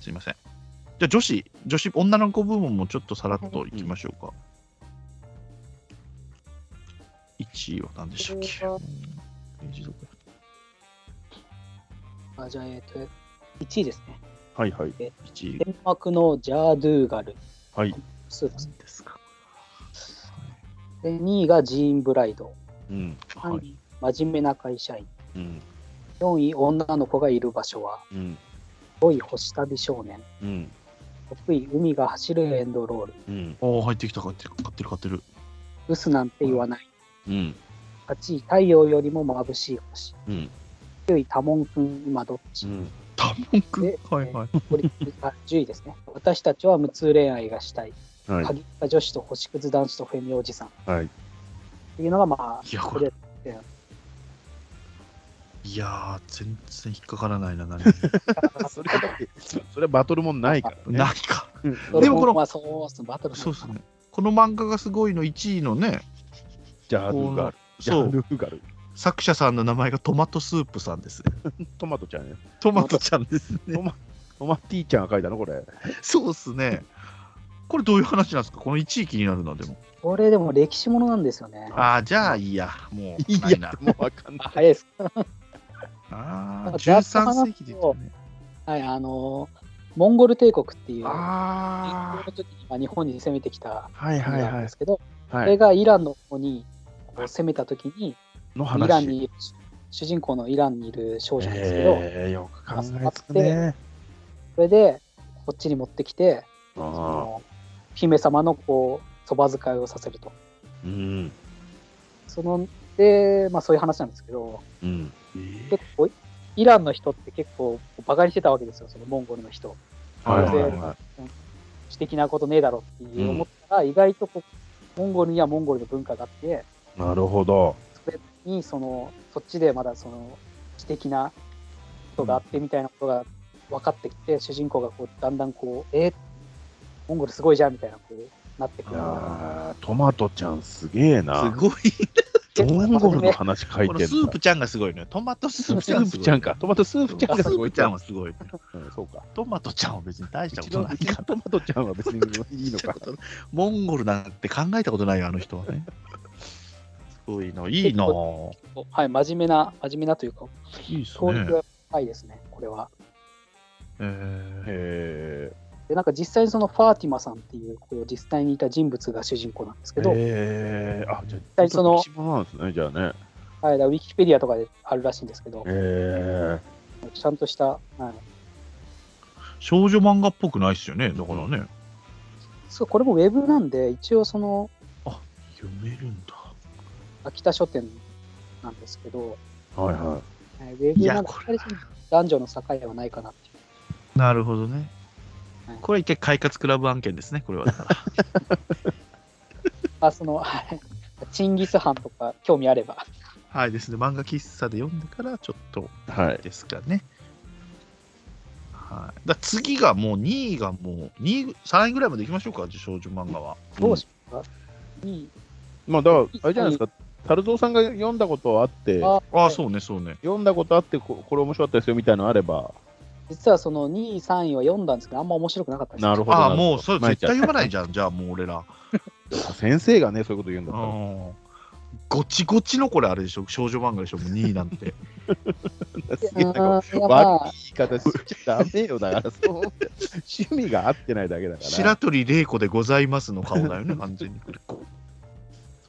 すいません。じゃあ女子、女子、女の子部門もちょっとさらっといきましょうか。1位は何でしたっけうこんページどこだあじゃあ、えっ、と、1位ですね。はいはいえ。 1位デンマークのジャードゥーガル。はい。スーパーですか。で、2位がジーン・ブライド。うん。は3い。位、真面目な会社員。うん。 4位、女の子がいる場所は。うん。 5位、星旅少年。うん。 6位、海が走るエンドロール。うん。おお、入ってきた、入ってる、買ってる、買ってる。ブスなんて言わない。うん。 8位、太陽よりも眩しい星。うん。 9位、多聞くん、今どっち、ん。多分くんで。はいはい。これあ10位ですね。私たちは無痛恋愛がしたい。は限った女子と星屑男子とフェミおじさん。っい。はい。ていうのが、まあ、いや、これ。いやー、全然引っかからないな、 何もそ れはだって、それはバトルもんないからね。ないか。ででもこのまあ、そうっすねバトルそうですね。この漫画がすごいの1位のね、ジャールガル。ジそャーう、ルガル。作者さんの名前がトマトスープさんですね。トマトちゃんね。トマトちゃんですね。トマティーちゃんが書いたのこれ。そうですね。これどういう話なんですかこの1位気になるな、でも。これでも歴史ものなんですよね。ああ、じゃあいいや。もう、いないいやな。、もうわかんない。早いです。ああ、あざっと13話すと世紀で言ったね。はい、あのーモンゴル帝国っていう、あその時にまあ日本に攻めてきたあ、はい国はいなんはでいす。けど、はそれい、がイランの方にこう攻めた時に、のイラン話。にいる主人公のイランにいる少女なんですけど、えー、よく考えつくね。それでこっちに持ってきて、そああ、の姫様のこうそば遣いをさせると。うん、そので、まあ、そういう話なんですけど、うん。ー。結構イランの人って結構バカにしてたわけですよ、そのモンゴルの人。はいそれはいではい。私的なことねえだろっていう思ったら、意外とこうモンゴルにはモンゴルの文化があって、なるほど。それにそのそっちでまだその私的なことがあってみたいなことが分かってきて、主人公がこうだんだんこう、えーモンゴルすごいじゃんみたいなこうなってくいる。やートマトちゃんすげえすな。ごい。モンゴルの話書いこのてスるープちゃんがすごいね。トマトスープスちゃんーすごプいちゃんか。トマトスープちゃんスがすーごプいちゃんはすごい。うんそうか。トマトちゃんは別に大したうこちとのないから。トマトちゃんは別にいいのか。モンゴルなんて考えたことないよ、あの人は ね。すごいな、いいな。はい、真面目な、真面目なというか、いいっす教育ね。が深いですね、これは。えへで、なんか実際にそのファーティマさんっていう、こう実際にいた人物が主人公なんですけえ。ど、へえ。あ、じゃ対その一番なんですね、じゃあね。はい、だからウィキペディアとかであるらしいんですけど、へえ。ちゃんとした、はい、少女漫画っぽくないっすよね、だからね。そうこれもウェブなんで、一応その読めるんだ。秋田書店なんですけど、はいははいウェブいなやんでこれあれですね男女の境はないかなっていなるほどねはい。これは一回快活クラブ案件ですね、これはだから。 う。あ、その、 はいチンギス・ハンとか興味あれば。はいですね、漫画喫茶で読んでからちょっとい。はい。ですかね。はい、だから次がもう2位がもう2位3位ぐらいまでいきましょうか、じゃあ少女漫画は。どうしますか、いい。まあだから、あれじゃないですか。樽蔵さんが読んだことあって、あああ、そうね、そうね。読んだことあって、ここれ面白かったですよみたいなのあれば、実はその2位、3位は読んだんですけど、あんま面白くなかったです。なるほど。ああ、もうそれなる絶ほど対読まないじゃん、じゃあもう俺ら。先生がね、そういうこと言うんだったら。うんごちごちのこれあれでしょ少女漫画でしょもう2位なんて すげえなんかうんいやまあ悪い言い方しちゃダメよだからそう趣味が合ってないだけだから白鳥玲子でございますの顔だ よね完全にこれ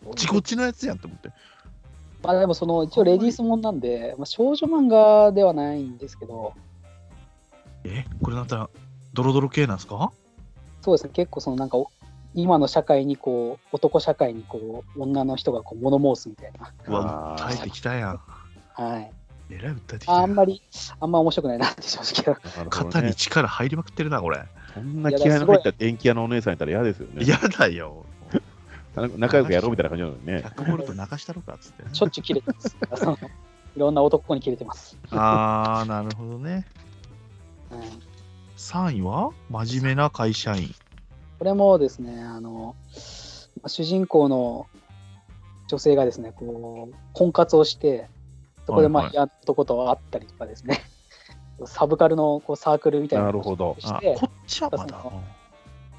ごちごちのやつやんと思ってまあでもその一応レディースもんなんで、まあ、少女漫画ではないんですけど、えこれなんたらドロドロ系なんですかそうですね、結構そのなんかお今の社会にこう、男社会にこう、女の人がこう物申すみたいな。うわあー訴えてきたやんはい。えらい訴えてきたあやあんんまり、あんま面白くないなって正直。なるほど肩ねに力入りまくってるなこれそんな気合いの入った電気屋のお姉さんいたら嫌ですよね嫌だよ仲良くやろうみたいな感じなのにね100ボルト流したろかっつ ってねしょっちゅう切れてます。そのいろんな男に切れてます。ああなるほどねはい、 3位は真面目な会社員これもですね、あの、まあ主人公の女性がですね、こう、婚活をして、そこでまあ、はいはいやっとこと会ったりとかですね、 こうサブカルのこうサークルみたいななのるほど。あしてこっちはま だ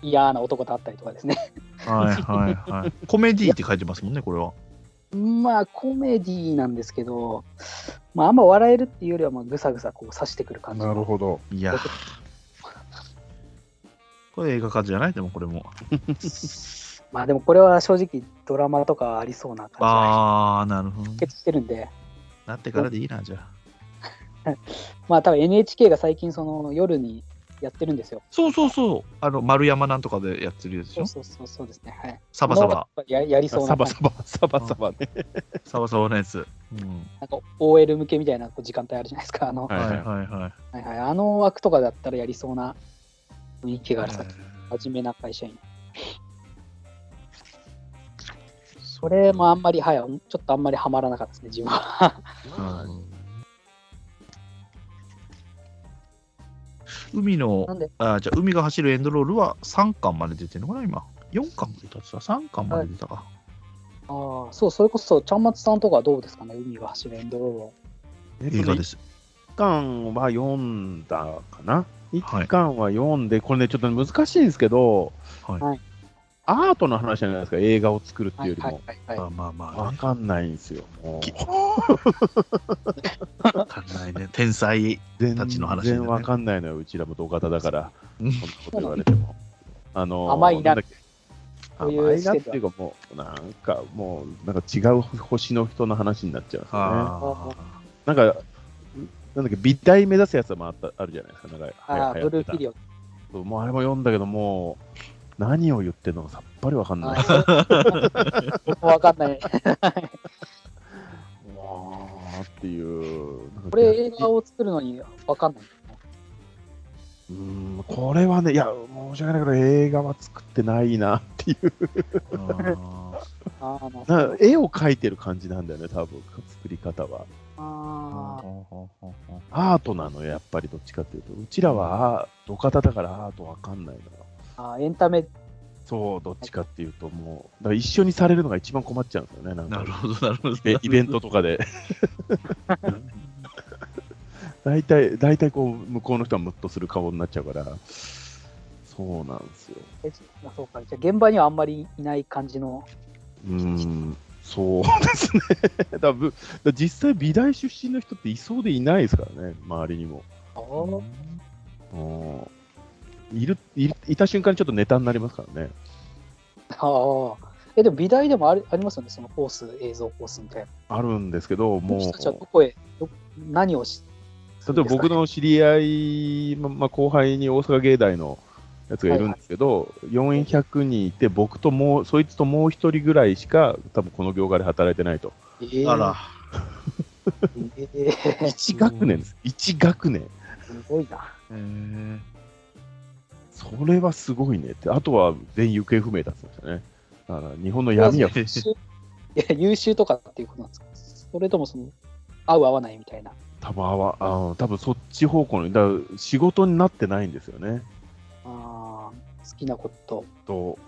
嫌な男だったりとかですねはいはいはいコメディーって書いてますもんねこれはまあコメディなんですけど、まあ、あんま笑えるっていうよりはまあぐさぐさこう刺してくる感じなるほど。い やこれ映画化じゃないでもこれもまあでもこれは正直ドラマとかありそうな感ああなるほどじでしてるんでなってからでいいなじゃあまあ多分 NHK が最近その夜にやってるんですよそうそうそうあの丸山なんとかでやってるやつでしそょうそうそうそうですねはいサバサバややりそうなサバサバ、サバサバね。サバサバのやつうんなんか OL 向けみたいなこう時間帯あるじゃないですかあの、ははいいはい。はいはいはいはい、あの枠とかだったらやりそうな雰囲気があるさ、えー真面目な会社員。それもあんまり、はい、ちょっとあんまりハマらなかったですね、自分は。うん海のなんで、あじゃあ海が走るエンドロールは3巻まで出てるのかな今4巻まで出たさ3巻まで出たか、ああ、そう、それこそ、ちゃんまつさんとかはどうですかね、海が走るエンドロールを。映画ですす一巻は読んだかな。一はい巻は読んで、これね、ちょっと難しいんですけど、はいはいアートの話じゃないですか、映画を作るってはいういよりはまいはい、も。はあまあまあわねかんないんですよ。もうきわかんないね天才全たちの話だよね然わかんないのよ、うちらも同型だから、そうんんなこと言われても。あのー甘いなんだっけこういう甘いなっていうか、もう、なんか、もう、なんか違う星の人の話になっちゃうんですよね。あなんか、なんだっけ、美大目指すやつもあったあるじゃないですか、なんか、ああ、はやブルー流行ってたピリオド。そうもうあれも読んだけど、もう、何を言ってるのかさっぱりわかんない。ああ僕もわかんない。 わーっていう。なんかこれ、映画を作るのにわかんない。うーん、これはね、いや、申し訳ないけど、映画は作ってないなっていう。ーあああ、なるほなど絵を描いてる感じなんだよね、多分作り方は。ああーアートなのよ、やっぱりどっちかっていうと。うちらは、あ土方だからアートわかんないのよ。ああ、エンタメ、そう、どっちかっていうと、もう、だから一緒にされるのが一番困っちゃうんですよね、なんか。 なるほどなるほどでイベントとかで。大体、大体こう、向こうの人はムッとする顔になっちゃうから、そうなんですよ。えあそうか、じゃあ現場にはあんまりいない感じの。うーん、そうですね。 だからぶだから実際、美大出身の人っていそうでいないですからね、周りにも。ああうんいるいるいた瞬間にちょっとネタになりますからね。ああ。え、でも美大でもあるありますよね、そのコース、映像コースみたいな。あるんですけど、このも人うたちはどこへ、ど何をし、する例えばんですか僕の知り合い、ままあ、後輩に大阪芸大のやつがいるんですけど、400人いて、僕ともう、そいつともう一人ぐらいしか、多分この業界で働いてないと。えーあら、えー1学年です。1学年。すごいな。えー、それはすごいねって。あとは全員行方不明だったんですよね。だから日本の闇は、優秀いや優秀とかっていうことなんですかそれともその、合う合わないみたいな。多分あわあの多分そっち方向の、だから仕事になってないんですよね。あー好きなこと。と、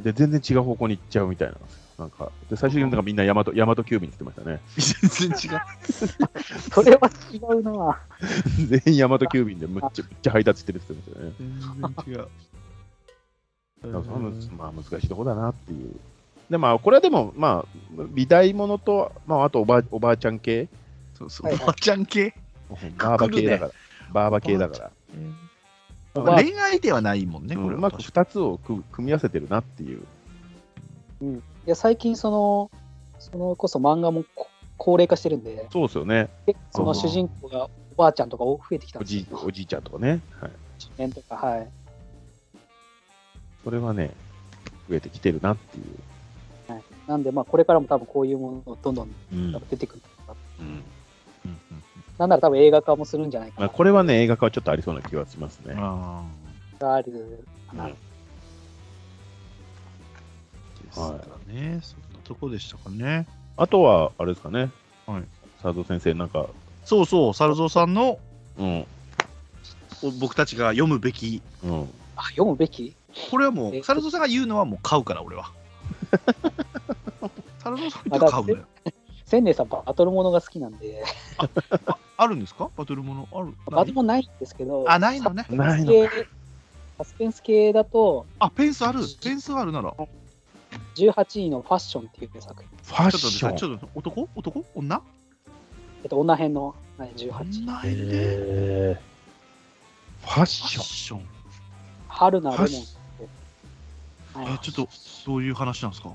で、全然違う方向に行っちゃうみたいなんですよ。なんか、で最終的になんかみんな大和、大和急便って言ってましたね。 全然違うそれは違うな。全員大和急便でむっちゃむっちゃ配達してるって言ってましたね。全然違うだからそれはまあ難しいとこだなっていう。でまあ、これはでも、まあ、美大ものと、まあ、あとおばあおばあちゃん系、そうそう、はいはいおばあちゃん系、バーバ系だから、バーバ系だから、まあ恋愛ではないもんね、これうはまく確2つを組組み合わせてるなっていう。いや、最近その、そのこそ漫画もこ高齢化してるんで、そうですよね、でその主人公がおばあちゃんとか増えてきたんおですじいよ。おじいちゃんとかね、はい、 10年とか、はい。それはね、増えてきてるなっていう。なんで、まあ、これからも多分こういうものがどんどんうん出てくる。うんうんうんなんなら多分映画化もするんじゃないかな。まあ、これはね、映画化はちょっとありそうな気がしますね。あがあるかな。うんーですかね、そんなとこでしたかね。あとは、あれですかね、はい、佐藤先生、なんか、そうそう、猿蔵さんのうん、お僕たちが読むべき、うん、あ読むべきこれはもうえ、猿蔵さんが言うのはもう買うから、俺は。猿蔵さんが買うのよ。千年さんバトルものが好きなんで、あるんですかバトルものあるバトルもないんですけど、あないのねなサいスのペンス系サスペンス系だと、あペンスあるペンスがあるならちょっ18位のファッションっていう作品。ファッと待ってシくだョさいちン。ょっと男男女えっと、女編のはい18位。ないねえー、ファッファシッョン。ション春菜レモンファッシって。はいえちょっとどういう話なんですか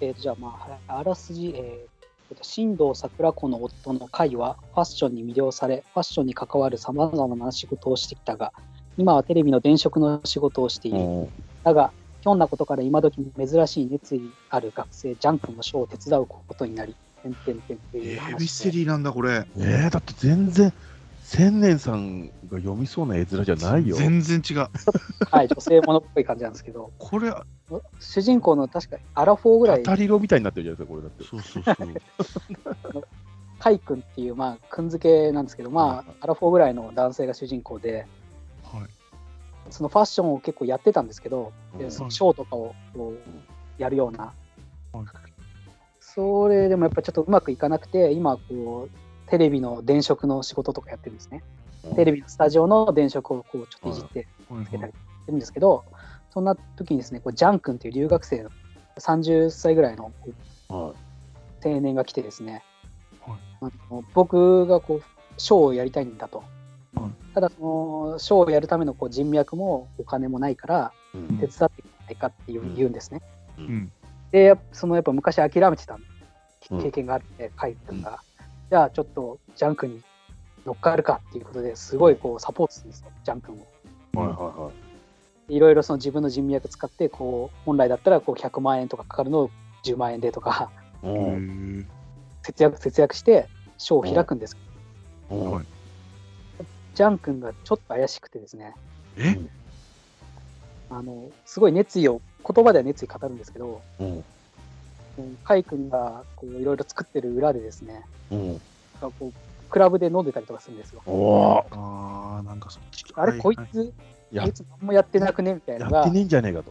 えーとじゃあ、まあ、あらすじ、えーえーと新藤桜子の夫の甲斐はファッションに魅了され、ファッションに関わるさまざまな仕事をしてきたが、今はテレビの電飾の仕事をしている。うんだが、ひょんなことから今時珍しい熱意ある学生、ジャン君のショーを手伝うことになり、てんてんてんっえていうー話でミステリーなんだこれえー、だって全然、千年さんが読みそうな絵面じゃないよ。全然違うはい、女性ものっぽい感じなんですけど、これ主人公の確かアラフォーぐらい、語り語みたいになってるじゃないですか、こそうそうそうカイ君っていう、まあ、君付けなんですけど、まあ、アラフォーぐらいの男性が主人公で、はいそのファッションを結構やってたんですけど、れでだって。そうんのショーとかをこうやるような、はいそれでもやっぱちょっとうまくいかなくて、今こう、テレビの電飾の仕事とかやってるんですね。テレビのスタジオの電飾をこうちょっといじってつけはたいりしてるんですけど、そんな時にですね、こうジャン君っていう留学生の30歳ぐらいのこ うは青年が来てですね、はいあの僕がこうショーをやりたいんだと、はただそのショーをやるためのこう人脈もお金もないからい。手伝ってくれないかっていううん言うんですね、うんでやっぱそのやっぱ昔諦めてたうん経験があって海君が、じゃあちょっとジャン君に乗っかるかっていうことですごいこうサポートするんですよジャン君をはいはいはいろいろその自分の人脈使ってこう本来だったらこう100万円とかかかるのを10万円でとかい。うへんー節約節約してショーを開くんですうんはいジャン君がちょっと怪しくてですね、えあのすごい熱意を、言葉では熱意語るんですけど、うんうんカイ君がこういろいろ作ってる裏でですね、うんこうクラブで飲んでたりとかするんですよ。おーあーなんかそっちあれ、こいつ、やこいつ何もやってなくねみたいなやのっがてねえんじゃねえかと。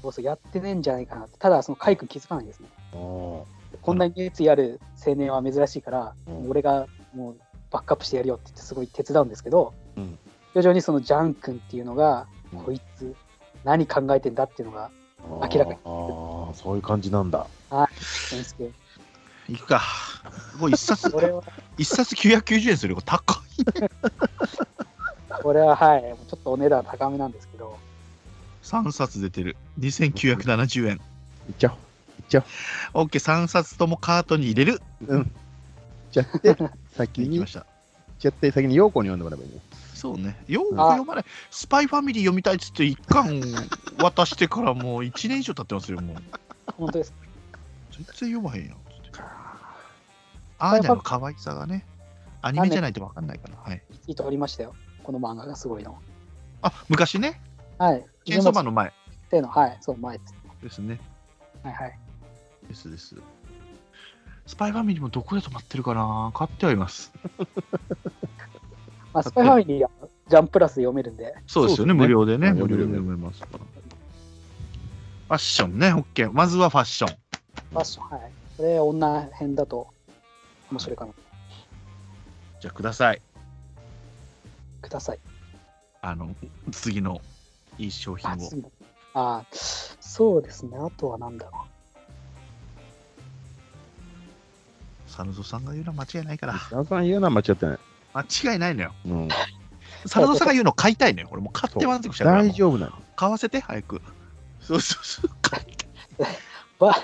そうそうやってねえんじゃないかなって、ただ、そのカイ君気づかないんですね。うんこんなに熱意ある青年は珍しいから、うん俺がもうバックアップしてやるよって言って、すごい手伝うんですけど、うん徐々にそのジャン君っていうのが、うんこいつ、何考えてんだっていうのが、明らかにあーあー、そういう感じなんだ。先生行くかもう一冊これは 一冊990円するよ高いこれははい、ちょっとお値段高めなんですけど、 3冊出てる2970円いっちゃおう。いっちゃ OK3 冊ともカートに入れるおう。うん。いっちゃって、先行に、きいっましたちゃって、先に陽子に読んでもらえばいいね。そうねよくうん読まないスパイファミリー読みたいっつって一巻渡してからもう1年以上経ってますよもう本当です。全然読まへんやんつってアーニャの可愛さがねアニメじゃないと分かんないからはいいいとおりましたよ、この漫画がすごいの。あ昔ねはい。チェーンソーマンの前ての、はい、そう、前です。ですねはいはい。ですですスパイファミリーもどこで止まってるかな買ってはいますまあ、スパイファミリーはジャンプラスで読めるんで、そうですよね、そうですね無料でね、うん無料で無料で読めますから。ファッションね、OK。まずはファッション。ファッション、はい。これ、女編だと面白いかな。じゃあ、ください。ください。あの、次のいい商品あ、を。次のあー、そうですね。あとはなんだろ。サルゾさんが言うのは間違いないから。旦那さん言うのは間違ってない。間違いないのよ。うん。サルゾさんが言うの買いたいのよ。これもう買って満足したから。大丈夫なの。買わせて、早く。そうそうそう。買いうバ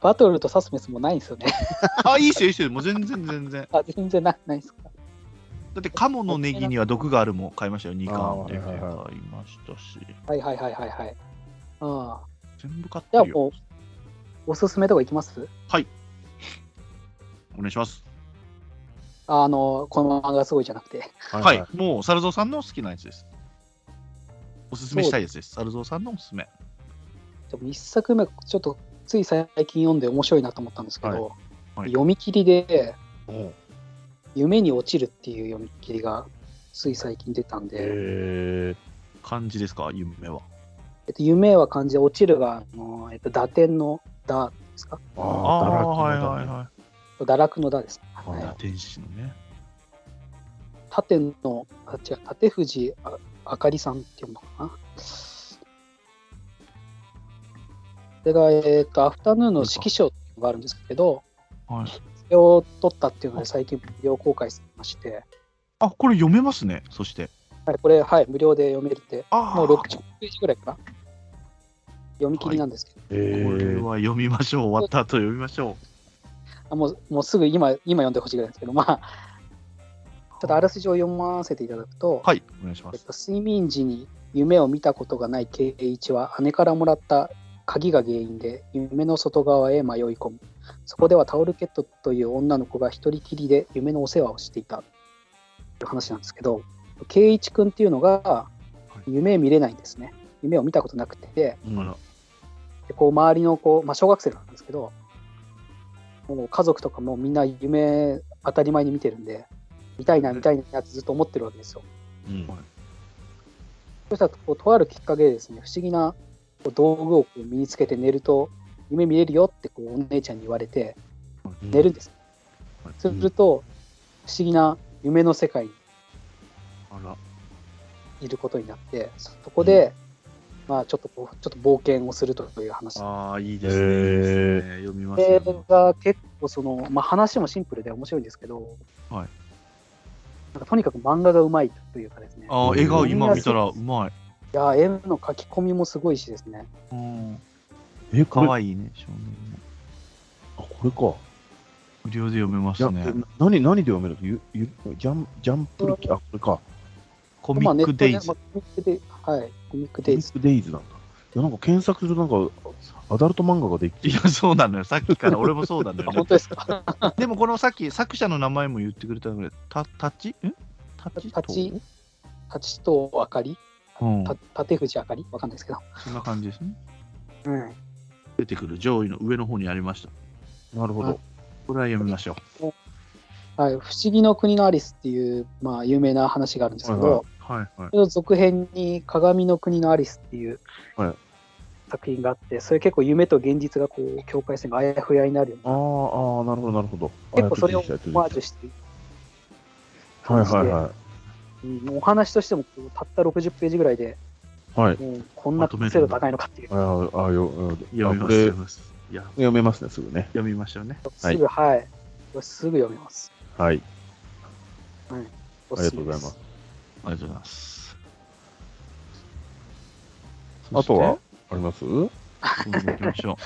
バトルとサスペンスもないんですよね。 あ、いいですよ、いいですよ。もう全然全然。あ、全然なないですか。だって、カモのネギには毒があるもん買いましたよ。2巻であーはいはいは買いましたし。はいはいはいはいはい。ああ、全部買っじゃてあるよ。もう、おすすめとかいきますお願いします。あの、この漫画すごいじゃなくて。は。はいもう、サルゾさんの好きなやつです。おすすめしたいやつです。サルゾさんのおすすめ。でも1作目、ちょっとつい最近読んで面白いなと思ったんですけど、はいはい読み切りで、うん夢に落ちるっていう読み切りがつい最近出たんで、へえ。感じですか夢は。えっと、夢は漢字で、落ちるが、あのえっと、打点の打ですかあああ、あ、だらはいはけのだねいは。堕落の打です、はいは天使のね。い縦の、あ違う、縦藤ああかりさんっていうのかな。これが、えっ、と、アフタヌーンの指揮賞っていうのがあるんですけど、はい。それを取ったっていうので、最近無料公開されまして、あ、これ読めますね。そして。はい、これ、はい、無料で読めるって、ああ、もうこ60ページぐらいかな。読み切りなんですけど、えれー、は読みましょう。終わった後読みましょあもうもうすぐ今今読んでほしいぐらいですけど、まあ、う。ちょっとあらすじを読ませていただくと、はい、お願いしまえっす。と、睡眠時に夢を見たことがない圭一は姉からもらった鍵が原因で夢の外側へ迷い込むそこではタオルケットという女の子が一人きりで夢のお世話をしていたという話なんですけど圭一君っていうのがい夢見れないんですね夢を見たことなくてうんあらでこう周りのこう、まあ、小学生なんですけどもう家族とかもみんな夢当たり前に見てるんで見たいな見たいなってずっと思ってるわけですようんそしたらこうとあるきっかけでですね不思議なこう道具をこう身につけて寝ると夢見れるよってこうお姉ちゃんに言われて寝るんです、はいすると不思議な夢の世界にあら。いることになってそそこで、まあちょっとこうちょっと冒険をするという話ああ、いいですね。へーいいですね読みまこすれよ。が結構その、まあ、話もシンプルで面白いんですけど、はいなんかとにかく漫画がうまいというかですねああ、絵が今見たらうまい。いや絵の描き込みもすごいしですねうん。え、かこれ、あわいいね、少年も。これか。無料で読めまじすゃ、ね。何、何で読めるのゆゆジャンジャンプルキ、あ、これか。コミックデイズまあ。ネットでまあコミックデイはいコミックデデイイズズデイズなんだ。いや、なんか検索するとなんか、アダルト漫画ができいや、そうなのよ。さっきから俺もそう なのあよね本。当ですかでもこのさっき作者の名前も言ってくれたぐらい、たタッチんタッチタッチ立ちと明かり、うん。た縦藤明かりわかんないですけど、そんな感じですね。うん、出てくる上位の上の方にありました。なるほど。これは読みましょう。はい「不思議の国のアリス」っていう、まあ、有名な話があるんですけど、はいはいはいはい。それの続編に「鏡の国のアリス」っていうはい作品があってそれ結構夢と現実がこう境界線があやふやになるようあーあー、なるほど、なるほど。あ結構それをやってなるオマやーつジュやってしてるる感はじでいはうんお話としてもこうたった60ページぐらいでいはい。はい。もうこんまなとめるんだ精度高いのかっていうあーあー、よ、あー読みあこます。れ読みます。いや、読めますね、すぐね。読みましょうね。はいすぐはい、すぐ読めますはい。おあすりがすとめうごでざいます。ありがとうございます。あとはありますそしてどんどん行きましょ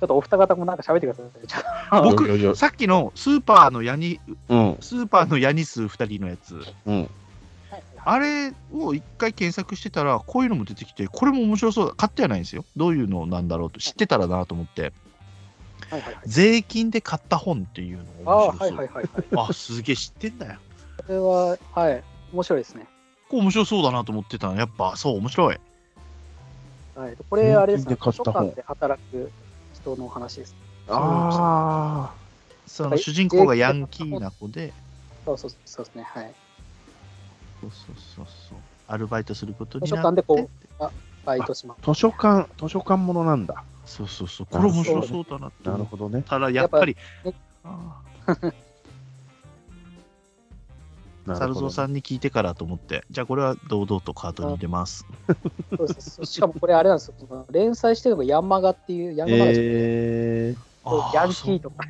ちょっとお二方もなんか喋ってくださいちょっと僕。いやいやいうや さっきのスーパーのヤニ、うん、スーパーのヤニ数二人のやつ、うん。あれを一回検索してたら、こういうのも出てきて、これも面白そうだ。買ってはないんですよ。どういうのなんだろうと知ってたらなと思って、はいはいはい税金で買った本っていうのあがあ、面白そうはいはい。はいはい。あ、すげえ知ってんだよ。これは、はい、面白いですね。こう面白そうだなと思ってたの。やっぱそう面白い。はい、これ、あれですね、年金で買図っ書た本館で働く人の話です。あそはのい主人公がヤンキーな子で、そうそうそうですね、はい。そうそうそうそう。アルバイトすること図に書な館っでて、こバイトします。あ、図書館、図書館ものなんだ。そうそうそう。これ面白そうだなってな思るっほどね。たら、やっぱりやっ、あーなサるルほゾどウさんに聞いてからと思って、じゃあこれは堂々とカートに入れます。そうですそうしかもこれ、あれなんですよ、その連載してるのがヤンマガっていう、ヤンマガでえー、あヤンキーとか、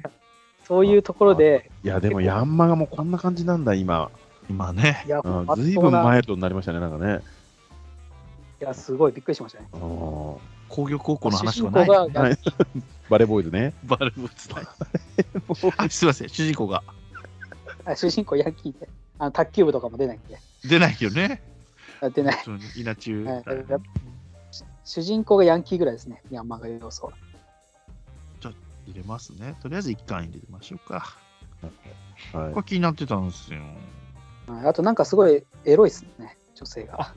そういうところで、いや、でもヤンマガもこんな感じなんだ、今。そう今ね、いや、うんまっとうなずいぶんマイルドになりましたね、なんかね。いや、すごいびっくりしましたね。うん工業高校の話主は人ない。公がヤンキー バレーボーイズ ね。バルブつない。あ、すいません、主人公があ主人公ヤンキーで、あの卓球部とかも出ないんで、出ないよね。あ出ない。本当に稲中。はいやっ主人公がヤンキーぐらいですね、ヤンマガ要素は。入れますね。とりあえず一巻入れましょうか。はいこれ気になってたんですよ。はいあとなんかすごいエロいですね、女性 が。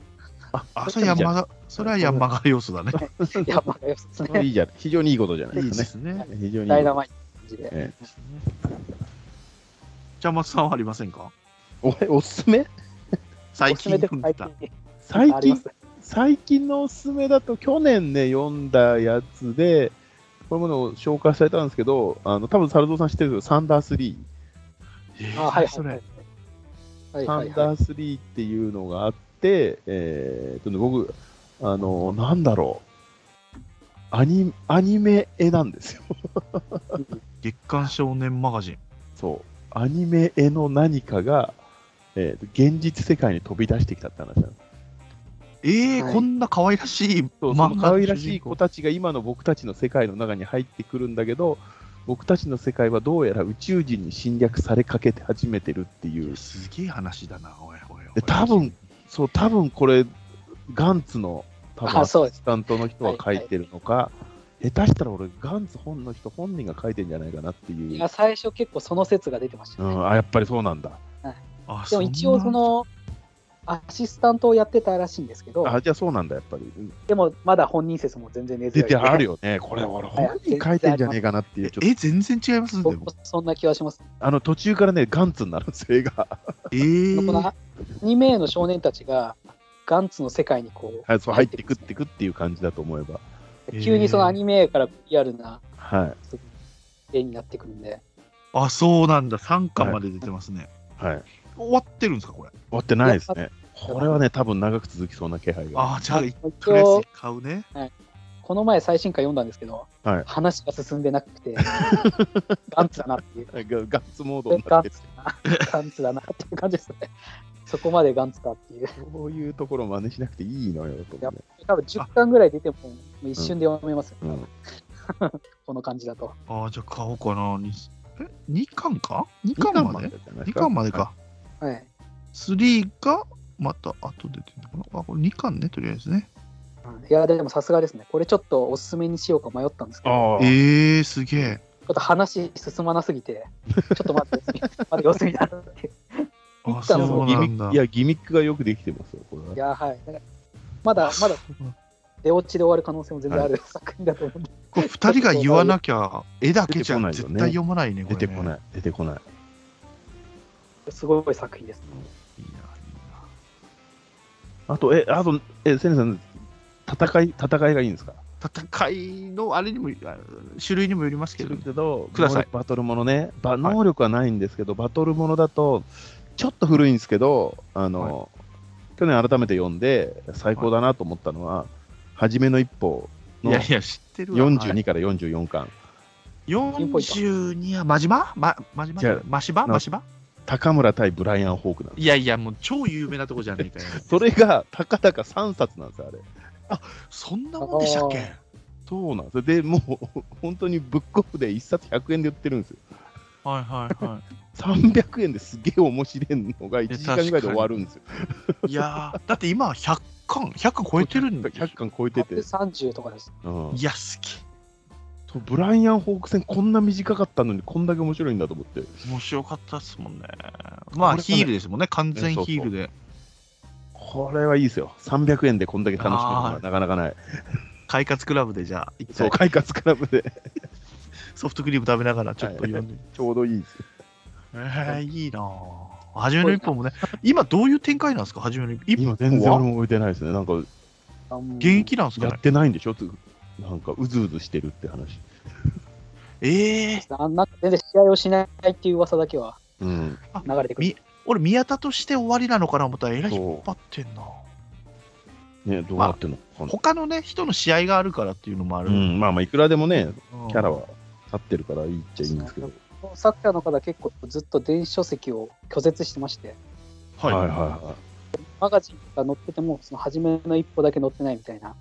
あ、それ山が、それは山が要素だね。ヤンマガ要素ですそれね。いいじゃん。非常にいいことじゃないいいでですすねか。ね。非常にいいダイナマイトな感じで。ええじゃあ松さんはありませんかおおすすめ最おすす近めで読んもでた。最近最ありま近す。最近のおすすめだと、去年ね、読んだやつで、これもの紹介されたんですけど、あの多分サルゾウさん知ってるけど、サンダースリー。えーあはいそはいはれい。はいサはンいはダー3っていうのがあって、えーっとね、僕、あの、なんだろう、アニアニメ絵なんですよ。 い。月刊少年マガジン。そう。アニメ絵の何かが、えーっと現実世界に飛び出してきたって話なの。ええはいこんな可愛らしいそうその漫画可の愛主らしい人公子たちが今の僕たちの世界の中に入ってくるんだけど、僕たちの世界はどうやら宇宙人に侵略されかけて始めてるっていいうや、すげえ話だな、おいおいおいで多分、そう、多分これ、ガンツの、多分あ、そうですアシス。タントの人が書いてるのか、下手したら俺、ガンツ本の人本人が書いてんじゃないかなっていう。いや、最初結構その説が出てましたうよね。ん、あやっぱりそうなんだ。あでも一応、そ、の、アシスタントをやってたらしいんですけど、あじゃあそうなんだ、やっぱり。うんでもまだ本人説も全然根出強い。てあるよね。これ、俺、本人書いてんじゃねえかなってそんいなう、ちょえっえ、全然違いますね、で僕ももそんな気はします。と、あの、途中からね、ガンツになるんですよ、映画。えこのーアニメの少年たちが、ガンツの世界にこはうい、 そう入ってくってくっていう感じだと思えば。え急にそのアニメからリアルなは絵になってくるんで、あ、そうなんだ、3巻まで出てますね。い。はい。終終わってるんですか、これ。わってないですね。これはね、多分長く続きそうな気配が。あー、じゃあ、一応とりあえず買うね。この前最新刊読んだんですけど、はい話が進んでなく て、ガンツだなっていう。ガガンツモードになガっンてるツだな。ガンツだなっていう感じですね。そこまでガンツかっていう。そういうところ真似しなくていいのよ、と思うね多分10巻ぐらい出ても、もう一瞬で読めますよ、うん。この感じだと。あー、じゃあ買おうかな。にえ、2巻か ?2 2巻巻ままででじゃない ?2 す巻までか。はい。 3が、また後で出てるのかなあ、これ2巻ね、とりあえずね。いや、でもさすがですね。これちょっとおすすめにしようか迷ったんですけど、ああ、ええー、すげえ。ちょっと話進まなすぎて、ちょっと待って、まだ様子見だなっていう。あ、一巻その。うギなミんッだクい。や、ギミックがよくできてますよ、これ はいや、はい。だからまだ、 まだ出落ちで終わる可能性も全然ある作品だと思うんで、これ2人が言わなきゃ、絵だけじゃ絶対読まないね、出てこい。ない、出てこない。すごい作品です。いやいいなあと、え、あと、え、セネさん、戦い、戦いがいいんですか戦いのあれにもあ種類にもよりますけど、けど、ください能力バトルものね、ば能力はないんですけど、バトルものだと、ちょっと古いんですけど、あの、去年改めて読んで、最高だなと思ったのは、初めの一歩いのやいや知ってるわはい42から44巻、 42は真島ま真島じゃあ真島な真島高村対ブライアン・ホークなんです。いやいやもう超有名なとこじゃねえかよそれが、たかだか3冊なんですよ、あれ。そんなもんでしたっあけそうなんですよ。で、もう、本当にブックオフで1冊100円で売ってるんですよ。はいはいは300円ですげえ面白いのが1時間ぐらいで終わるんですよ。 いいやーだって今100巻100超えてるんだ100巻超えてて。 130とかです。うんいや好きそうブライアン・ホーク戦こんな短かったのにこんだけ面白いんだと思って。面白かったっすもんねまあヒールですもんね完全ヒールでこれはいいですよ。300円でこんだけ楽しめるのはなかなかない。快活クラブでじゃあ一そう、回快活クラブで ソフトクリーム食べながらちょっと読んでちょうどいいですよ。ええいいなぁ。初めの一歩もね、今どういう展開なんですか、初めの一歩今全然は俺も置いてないですね。なんかあもう現役なんですかやねっ。てないんでしょつなんかうずうずしてるって話。ええあなんか全然試合をしないっていう噂だけはうん。流れてくる。俺、宮田として終わりなのかな思ったら、えらいそう引っ張ってんな。ね、どうなってんのかな、他のね、人の試合があるからっていうのもある。うん、まあまあいくらでもね、うんキャラは立ってるからいいっちゃいいんですけど。サッカーの方結構ずっと電子書籍を拒絶してまして、はいはいはいはマガジンが載ってても、その初めの一歩だけ載ってないみたいな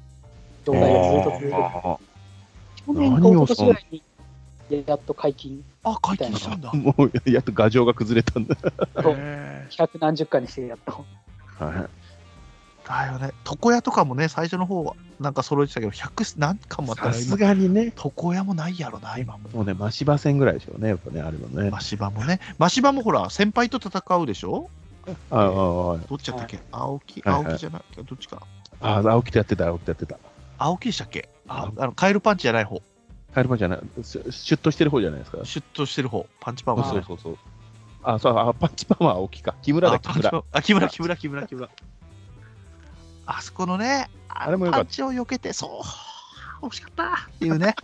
状態がずっと続いてい。て、あ去年か何一を昨年ぐらいにやっと解禁、あ、解禁したんだあ。 もうやっと牙城が崩れたんだ。そうへえ百何十巻にしてやっと。はいだよね。床屋とかもね、最初の方はなんか揃えてたけど、100何巻もあったさらす今、がにね、床屋もないやろな、今も。もうね、真柴戦ぐらいでしょうね、やっぱね、あれはね。真柴もね、真柴もほら、先輩と戦うでしょああ、あどっちだったっけ青木、はいはい青木じゃない、どっちか。あ、ああ、青木とやってた、青木とやってた。青木でしたっけあ青あのカエルパンチじゃない方カエルパンじゃない、シュシュッとしてる方じゃないですか。そシュッとしてる方パンチパーうマあーそうそうそう。あ、そう、あ、パンチパーマは青木か。木村だ、あ木パンチパー村。マあ木村木村木村木村あそこのねああれもよかパったンチを避けてそう惜しか ったっていうね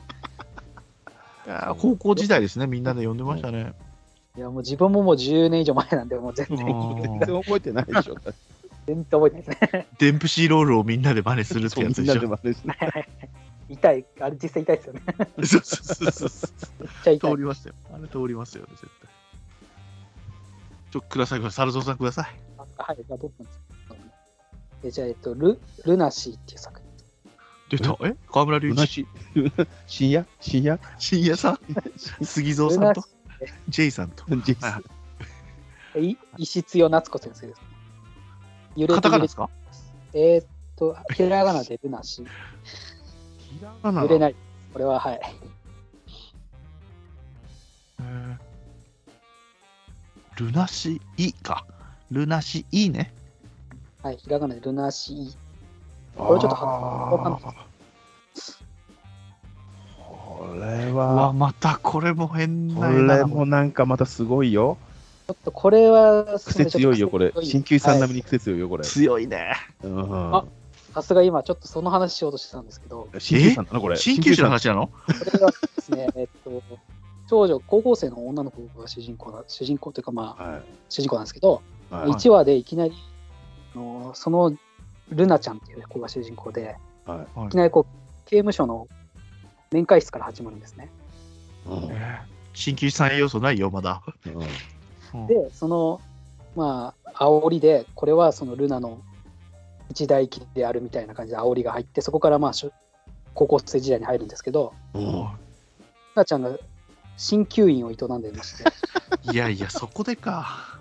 いやー高校時代ですねみんなで呼んでましたねいや、もう自分ももう10年以上前なんで、もう全然、 全然覚えてないでしょ。全然覚えてないですね。デンプシーロールをみんなで真似するってやつみんでしなでょ。真似して痛い、あれ実際痛いですよね。そうそうそうそう。めっちゃ痛い通。りますよ。あれ通りますよね、絶対。ちょ、ください、これ、サルゾウさんください。はい、じゃあ僕もえじゃあ、えっと、ル・ルナシーっていう作出品。た。え河村隆ルナ一シー、深夜深夜深夜さん杉蔵ルさんナシと ?J さんと。ジェイはいはスーい石強夏子先生です。揺カタカナ揺ですかえーっと、ひらがなでルナ シー。ひらがな揺れない。これは、はい。へールナシイか。ルナシイね。はい、ひらがなでルナシー。ここれちょっとわかんないこれうわ、は、またこれも変こな絵だれな。もなんかまたすごいよ。ちょっとこれは、すみ癖ません強いよ、これちょっ。と鍼灸師さんはい並みに癖強いよ、これ。強いね。うんあさすが今、ちょっとその話しようとしてたんですけど、鍼灸師さんだな、これ。鍼灸師の鍼話なのこれはです ね、えっと、少女、高校生の女の子が主人公な、主人公というか、ま灸あ、師さん。はい主人公なんですけど、はい1話でいきなり、あのそのルナちゃんっていう子が主人公で、はいきなりこう刑務所の面会室から始まるんですね。うん鍼灸師さん要素ないよ、まだ。うんうんで、その、まあ、煽りで、これはそのルナの一代記であるみたいな感じで煽りが入って、そこからまあ、しょ高校生時代に入るんですけど、うんルナちゃんが鍼灸院を営んでま して、いやいや、そこでか。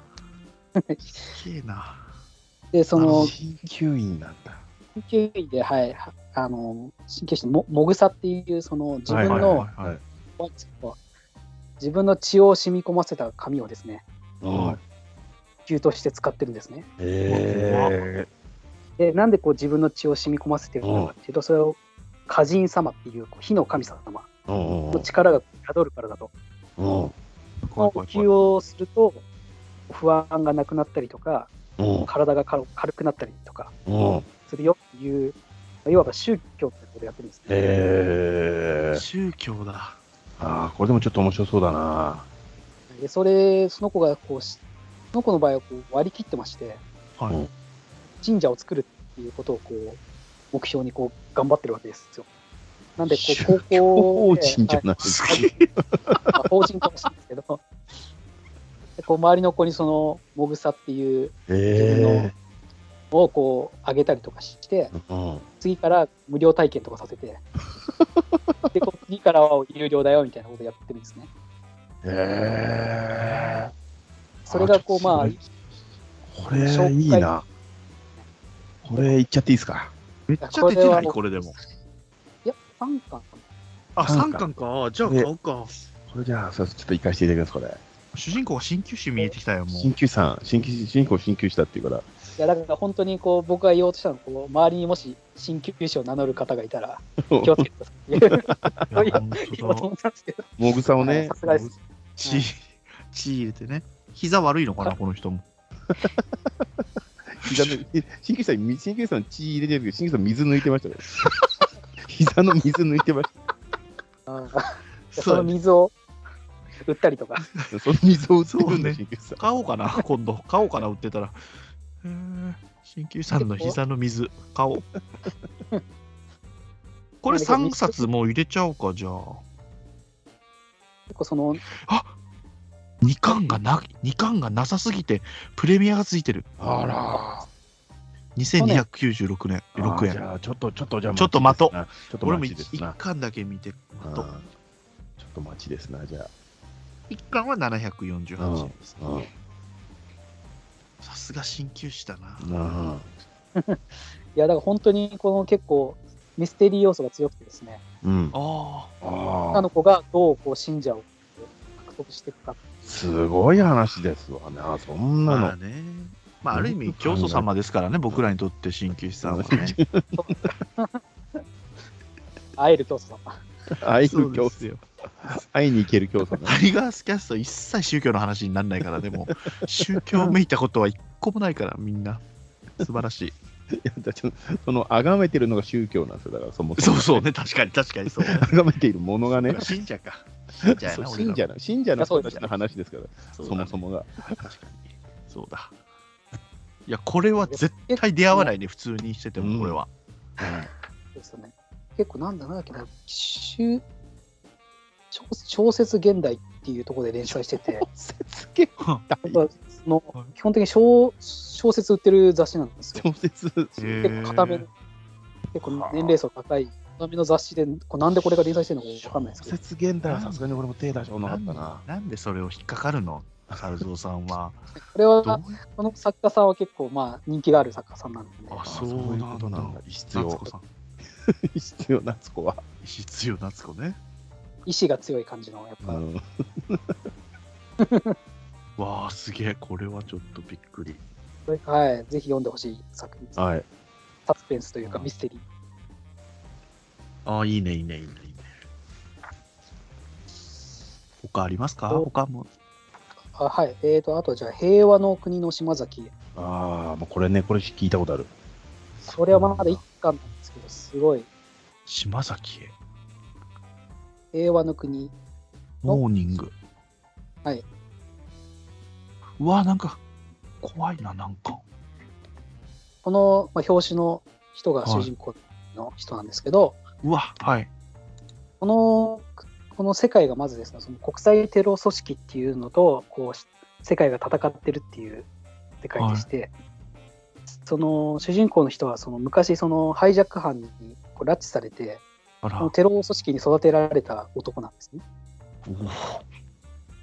すげえな。で、その鍼灸院なんだ。鍼灸院で、はい、はあの、鍼灸師のももぐさっていう、その自分の、はいはいはい自分の血を染み込ませた紙をですね、うんへ給として使ってるんですね。えで、なんでこう自分の血を染み込ませてるのかっていうと、それを火人様っていうこう火の神様うんの力が宿るからだと。うん怖い呼怖い怖い吸をすると不安がなくなったりとか、うん体が軽軽くなったりとかうんするよっていう、まあいわば宗教ってことでやってるんですね。へえ宗教だ。ああこれでもちょっと面白そうだなでそれ、その子がこうし、その子の場合はこう割り切ってまして、はい。うん神社を作るっていうことをこう目標にこう頑張ってるわけですよ。なんでこ宗う高校法で人じゃないすはいげ え。まあ、法人かもしれないですけど、 でこう周りの子にそのもぐさっていうへのをこうあげたりとかして、えうん次から無料体験とかさ せて、でこう次からは有料だよみたいなことやってるんですね。へえそれがこうまあ、これいいなこれいっちゃっていいですかめっちゃ出てこれな、はいもうこれでも。いや、3巻あ、三三巻巻か。じゃあね買うか。これじゃあさちょっと行かせていただきますこれ主人公が鍼灸師見えてきたよ、もう鍼。灸師さん鍼灸師鍼灸鍼灸師だっていうからいやだから本当にこう僕が言おうとしたのはこう、周りにもし鍼灸師を名乗る方がいたら、気をつけてくださいっていいうやいや本言お当だうと思ったんですけど、もぐさをはいねさすがです。血、血入れてね。膝悪いのかな、この人も。 膝の鍼灸師さん、鍼灸師さん血入れてるけど、鍼灸師さん水抜いてましたよ。 膝の水抜いてましうん そそのうだね。水を売ったりとか、た。その水を打つそうね鍼灸師さん。買おうかな、今度。買おうかな、売ってたら。へー鍼灸師さんの膝の水、買 おう。これ3冊もう入れちゃおうか、じゃあ。結構その2巻がな二巻がなさすぎてプレミアがついてるあら2296年ー。 6じ円ゃあちょっと、ちょっと、じゃあ、ちょっと待とう待ちですな。ちょっと俺も待ち一です一な。巻だけ見てうあんとちょっと待ちですな、じゃ1巻は748円ですあ。うんさすが鍼灸師だなうんいやだから本当にこの結構ミステリー要素が強くてですね、うん。あ女ああ、の子がどうこう信者を獲得していくか、すごい話ですわな、そんあなまあの。ねまあある意味教祖様ですからね僕らにとって鍼灸師さんはね会える教祖様。愛そのうで教すよ会いに行ける教祖ね。タイガースキャスト一切宗教の話にならないからでもう宗教めいたことは一個もないからみんな素晴らしいいやだってそのその、崇めてるのが宗教なんですよ、だから、そもそうそそうね確かに確かにそうも。崇めているものがね。信者か信者やそうな、俺ら信者の信者の人たちの話ですから、うだねそもそもが。確かに。そうだ。いや、これは絶対出会わないね、普通にしててうんも、これは。ですよね。結構なんだなんだっけな、奇襲小小説現代っていうところで連載してて、説結構やっぱその基本的に小小説売ってる雑誌なんですよ。 小説、へー結構固めの、結構年齢層高い、固めの雑誌で、こうなんでこれが連載してるのかわかんないです小けど、説現代はさすがに俺も手出しようなかったな。 なんでそれを引っかかるの猿蔵さん は。これどうは、この作家さんは結構まあ人気がある作家さんなんで、あそうそういいううここととななんんだだ。必夏要子。さん。必要、夏子は。必要、夏子ね。意志が強い感じの、やっうぱ、んわあ、すげえ。これはちょっとびっくり。これはい、ぜひ読んでほしい作品です、はい。サスペンスというかうんミステリー。ああ、いいね、いいね、いいね、いいね。他ありますかお他も。あはい、えーと、あとはじゃあ、平和の国の島崎。ああ、もうこれね、これ聞いたことある。それはまだ一巻なんですけど、すごい。島崎へ。平和の国。モーニング。はい。うわ、なんか、怖いな、なんか。この、まあ、表紙の人が主人公の人なんですけど、うわ、はい。この、この世界がまずですね、その国際テロ組織っていうのと、こうし、世界が戦ってるっていう世界でして、その主人公の人はその昔そのハイジャック犯にこう拉致されてあらこの。テロ組織に育てられた男なんですねおー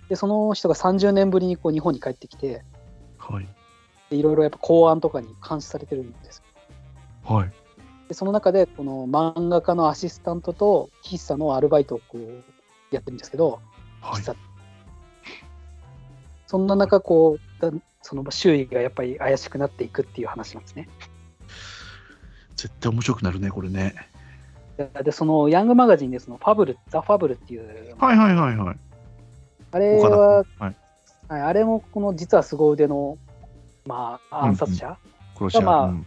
でその人が30年ぶりにこう日本に帰ってきてはい。でいろいろやっぱ公安とかに監視されてるんですはい。でその中でこの漫画家のアシスタントと喫茶のアルバイトをこうやってるんですけど、はい喫。茶そんな中こうだその周囲がやっぱり怪しくなっていくっていう話なんですね絶対面白くなるね、これね。ででそのヤングマガジンでそのファブル「ザ・ファブル」っていう、はいはいはいはい。あれ岡田君は、はい。はいあれもこの実は凄腕の、まあ、暗殺者、殺し屋。まあうん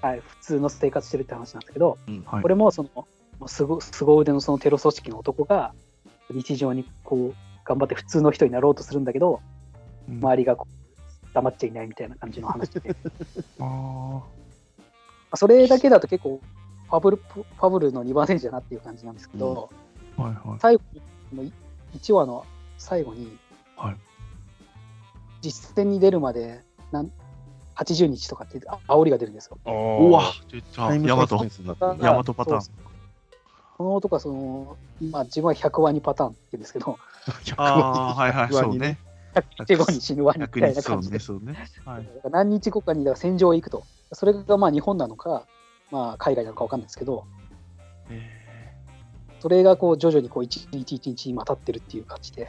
はい、普通の生活してるって話なんですけど、はいこ。れもそのもうすご凄腕のそのテロ組織の男が日常にこう頑張って普通の人になろうとするんだけどうん周りがこう黙っちゃいないみたいな感じの話でまあーあそれだけだと結構ファブルファブルの2番選手だなっていう感じなんですけど、はいはい。最後の1話の最後に、はい実戦に出るまでなん80日とかってあ煽りが出るんですよ。ううわ、出た。タイムヤトマストペ。ンスになってヤるマトパターンそうそうこの男はその、まあ、自分は100ワニパターンって言うんですけど、ああ、はいはい、そうね。 100後に死ぬワニみた100い日、なそ感うじね、で、そうね。はい。何日後かにだから戦場へ行くと、それがまあ日本なのか、まあ、海外なのか分かんないですけど、えそれがこう徐々にこう一日一日今経ってるっていう感じで、ー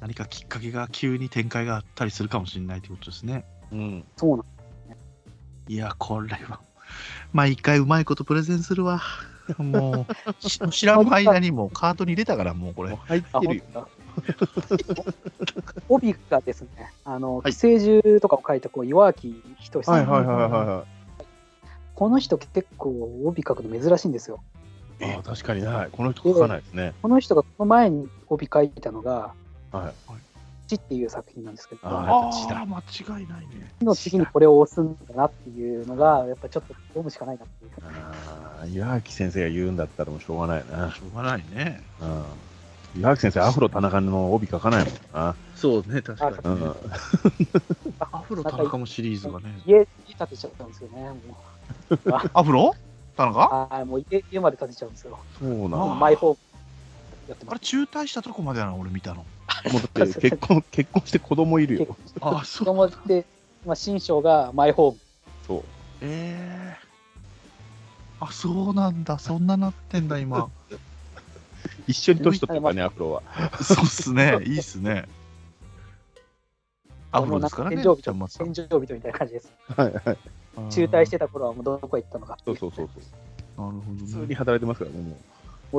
何かきっかけが急に展開があったりするかもしれないってことですね。 うん。そうなんいや、これは。毎回うまいことプレゼンするわ。もう、 し知らん間にもうカートに入れたから、もうこもうれ。入っあてるよ。本当だ 帯がですね、あのはい寄生獣とかを書いたこう岩脇仁さん、はこの人結構帯書くの珍しいんですよ。いあー確かにない。この人書かないですね。この人がこの前に帯書いてたのが、はい。地っていう作品なんですけど、ああ知らあ、間違いないね。の次にこれを押すんだなっていうのが、やっぱちょっと読むしかないなっていう。ああ、岩脇先生が言うんだったらもうしょうがないなし。ょうがないね。うん。岩脇先生、アフロ田中の帯書かないもんな。そうね、確かうん。あアフロ田中もシリーズがね。家、家建てちゃったんですよね。もうアフロ田中はいもう家家まで建てちゃうんですよ。そうなんだ。あもーマイホームやってあまれ、中退したとこまでやな、俺見たの。うだって結婚、結婚して子供いるよ。す。あーそう子供で、まあ、新章がマイホーム。そう。えー、あそうなんだそんななってんだ今一緒に年取ってたね、アフロは。 そうっすねいいっすねアフロですからね天井ちゃんまつさん天井人みたいな感じです。はいはい。中退してた頃はもうどこへ行ったのかってそいうそうそう。あーなるほ普通ど、にね、働いてますからね、もう。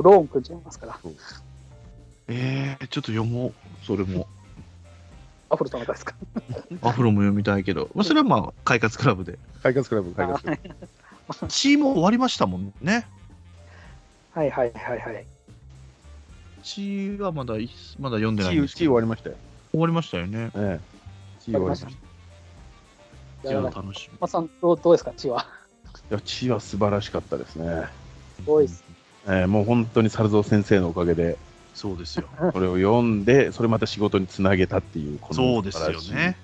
もうローン組んじゃいますから、えー、ちょっと読もうそれもアフロとのですか。アフロも読みたいけど、まあ、それはまあ快活クラブで快活クラブ、快活クラブ。チーム終わりましたもんねはいはいはいはい。 1はまだいまだ読んで1ない位、ん1で位すけ終どわりましたよ。終わりましたよね。ええ。1位終わりました。いじゃあ楽しみ。まさんどうどうですか、地は。や、1位は素晴らしかったですね。すごいっす。ええ、もう本当に猿蔵先生のおかげで、そうです よ。それを読んで、それまた仕事につなげたっていう、こそのうですよね。。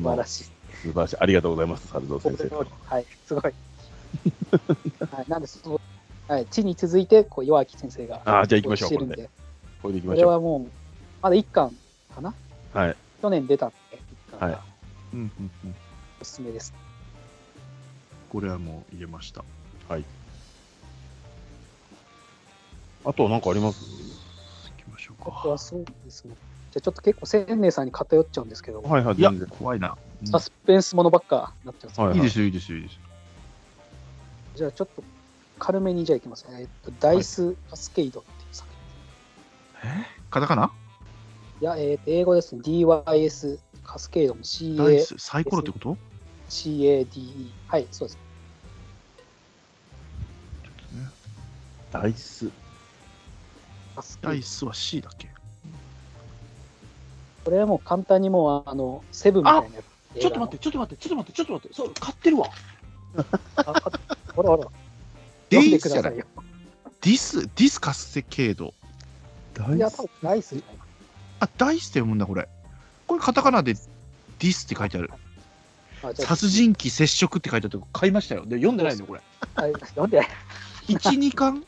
素晴晴ららしいしい。この素晴らしい。ありがとうございます、猿蔵先生。はい、すごい。 はい、なんでその、はい、地に続いて、こう弱木先生が。ああ、じゃあ行きましょう、ここうてるんれで。で。これで行きこまれしょはもう、まだ一巻かなう。はい。去年出たんで、一巻はいがうんうんうん。おすすめです。これはもう入れました。あとは何かあります行きましょこうこかは。そうですね。じゃあちょっと結構、千年さんに偏っちゃうんですけど、はいはい、いや全然。、怖いな。うんサスペンスものばっかなっちゃうんですけどはいいですよ、いいですよ、いいですよ。じゃあちょっと軽めにじゃあいきますね。えっと、ダイス・カスケイドっていう作カタカナ品。いや、えっと英語ですね。DYS カスケイドのダイ CA ス、サイコロってこと CADE。はい、そうです。ねダイス。カスケダイイド。スは C だっけこれはもう簡単にもう、あの、セブンみたいなやつ。ちょっと待って、ちょっと待って、ちょっと待って、ちょっと待って、そう、買ってるわ。って。ああほらほら。デ読んイでスくじゃなださいいよ。ディス、ディスカスケード。ダいや、多分ダイスじゃないかあ、ダイスって読むんだ、これ。これカタカナでディスって書いてある。な。あじゃあ殺人鬼接触って書いてあると買いましたよ。で、読んでないの、これ。はい読んでない。 1、2巻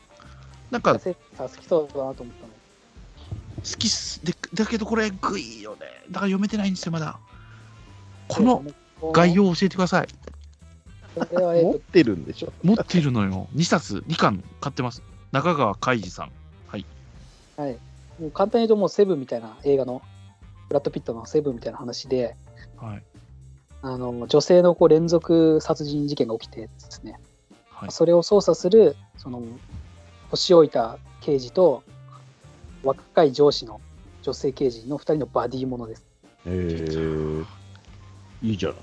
なんか、好セ好きそうだなと思ったの。きっす。で、だけどこれ、グイよね。だから読めてないんですよ、まだ。この概要を教えてください。これは、えっ持っと、てるんでしょ。持ってるのよ。2冊、2巻買ってます。中川海二さん。はい、もう簡単に言うともうセブンみたいな映画のブラッド・ピットのセブンみたいな話ではい。あの女性のこう連続殺人事件が起きてですね、はいそれを捜査するその年老いた刑事と若い上司の女性刑事の2人のバディものですえー、いいじゃない。